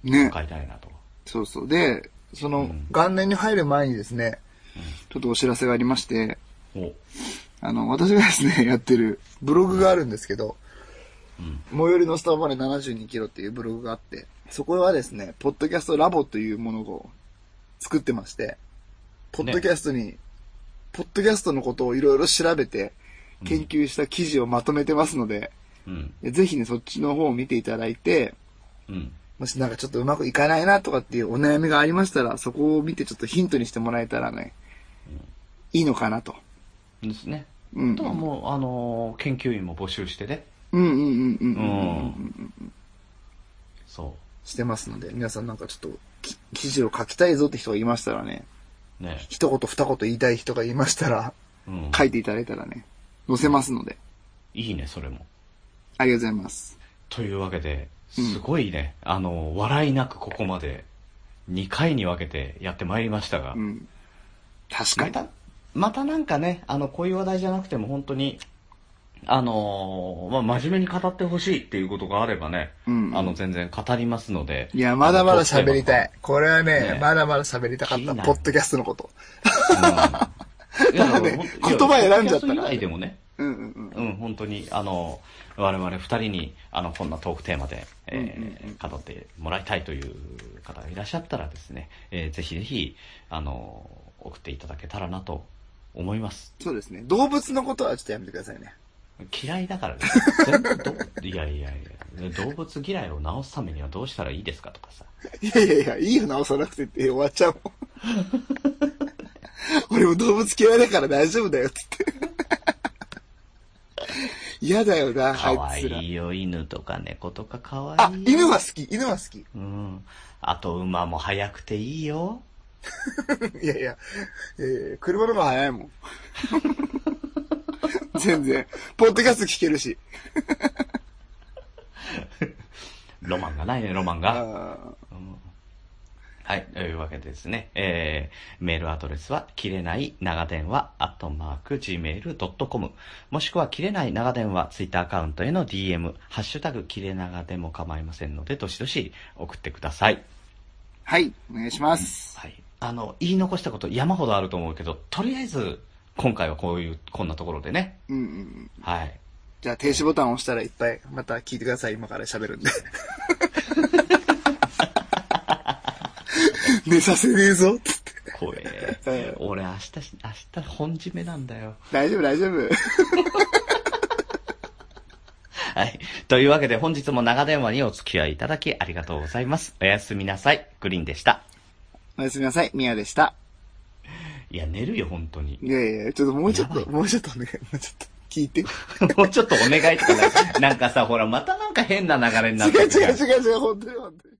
[SPEAKER 1] うんね。
[SPEAKER 2] 迎えたいなと。
[SPEAKER 1] そうそう。で、そうの
[SPEAKER 2] ん、
[SPEAKER 1] 元年に入る前にですね、ちょっとお知らせがありまして、
[SPEAKER 2] お、
[SPEAKER 1] あの、私がですね、やってるブログがあるんですけど、
[SPEAKER 2] うん。
[SPEAKER 1] 最寄りのスタバまで72キロっていうブログがあって、そこはですね、ポッドキャストラボというものを作ってまして、ポッドキャストに、ポッドキャストのことをいろいろ調べて、研究した記事をまとめてますので、
[SPEAKER 2] うん。
[SPEAKER 1] ぜひね、そっちの方を見ていただいて、
[SPEAKER 2] うん。
[SPEAKER 1] もしなんかちょっとうまくいかないなとかっていうお悩みがありましたら、そこを見てちょっとヒントにしてもらえたらね、いいのかなと。
[SPEAKER 2] ですね。
[SPEAKER 1] うん
[SPEAKER 2] あとはもう、あの、研究員も募集してね。
[SPEAKER 1] うんうんうんうん
[SPEAKER 2] う
[SPEAKER 1] うんうん。
[SPEAKER 2] ん。そう。
[SPEAKER 1] してますので、皆さんなんかちょっとき記事を書きたいぞって人がいましたらね、
[SPEAKER 2] ね、
[SPEAKER 1] 一言二言言いたい人がいましたら、
[SPEAKER 2] うん、
[SPEAKER 1] 書いていただいたらね、載せますので、
[SPEAKER 2] いいね、それも。
[SPEAKER 1] ありがとうございます。
[SPEAKER 2] というわけで、
[SPEAKER 1] うん
[SPEAKER 2] すごいね、あの、笑いなくここまで、2回に分けてやってまいりましたが、
[SPEAKER 1] うん。確か
[SPEAKER 2] ま
[SPEAKER 1] に。
[SPEAKER 2] た、またなんかね、あの、こういう話題じゃなくても本当に、あのーまあ、真面目に語ってほしいっていうことがあればね、
[SPEAKER 1] うん
[SPEAKER 2] あの、全然語りますので。
[SPEAKER 1] いや、まだまだ喋りた
[SPEAKER 2] い。
[SPEAKER 1] い。これはね、
[SPEAKER 2] ね
[SPEAKER 1] まだまだ喋りたかった。
[SPEAKER 2] 気になる
[SPEAKER 1] ポッドキャストのこと。 *laughs*
[SPEAKER 2] うんいや
[SPEAKER 1] ただね
[SPEAKER 2] ほんと
[SPEAKER 1] 言葉選んじゃ
[SPEAKER 2] いやポッドキャス
[SPEAKER 1] ったから
[SPEAKER 2] ト以外でもね、
[SPEAKER 1] うんうんうん。
[SPEAKER 2] うん、本当に、あの、我々二人に、あの、こんなトークテーマで、えー語ってもらいたいという方がいらっしゃったらですね、えーぜひぜひ、あの、送っていただけたらなと思います。
[SPEAKER 1] そうですね。動物のことはちょっとやめてくださいね。
[SPEAKER 2] 嫌いだからです。 *laughs* 全部ど、いやいやいや、動物嫌いを治すためにはどうしたらいいですかとかさ。
[SPEAKER 1] いやいやいや、いいよ、直さなくてって終わっちゃうもん。俺も動物嫌いだから大丈夫だよ、つって。嫌だよな、
[SPEAKER 2] 可
[SPEAKER 1] あい
[SPEAKER 2] 愛
[SPEAKER 1] つら。
[SPEAKER 2] いよ、犬とか猫とか可
[SPEAKER 1] あ
[SPEAKER 2] 愛い、いよ。
[SPEAKER 1] 犬は好き、犬は好き。
[SPEAKER 2] うん。あと、馬も速くていいよ。
[SPEAKER 1] いやいや、えー、車の方が早いもん。全然。ポッドキャスト聞けるし。
[SPEAKER 2] ロマンがないね、ロマンが。
[SPEAKER 1] あー
[SPEAKER 2] はい。というわけでですね、えー、メールアドレスは、切れない長電話、アットマーク、gmail.com。もしくは、切れない長電話、ツイッターアカウントへの DM、ハッシュタグ、切れ長でも構いませんので、どしどし送ってください。
[SPEAKER 1] はい、お願いします。
[SPEAKER 2] はい。あの、言い残したこと山ほどあると思うけど、とりあえず、今回はこういう、こんなところでね。
[SPEAKER 1] うんうんうん。
[SPEAKER 2] はい。
[SPEAKER 1] じゃあ、停止ボタンを押したらいっぱい、また聞いてください。今から喋 *laughs* るんで。寝させねえぞ。つって
[SPEAKER 2] 怖え
[SPEAKER 1] え。
[SPEAKER 2] 俺、明日し、明日本締めなんだよ。
[SPEAKER 1] 大丈夫、大丈夫。
[SPEAKER 2] はい。というわけで本日も長電話にお付き合いいただきありがとうございます。おやすみなさい。グリーンでした。
[SPEAKER 1] おやすみなさい。ミヤでした。
[SPEAKER 2] いや、寝るよ、本当に。 *laughs*
[SPEAKER 1] いやいや、ちょっともうちょっ
[SPEAKER 2] や
[SPEAKER 1] と、
[SPEAKER 2] ば
[SPEAKER 1] もうちょっとね、もうちょっと聞いて。違
[SPEAKER 2] もうちょっとお願いとかないなんかさ、ほら、またなんか変な流れになっ
[SPEAKER 1] う
[SPEAKER 2] てるじゃん
[SPEAKER 1] 違う違う違う、本当に本当に。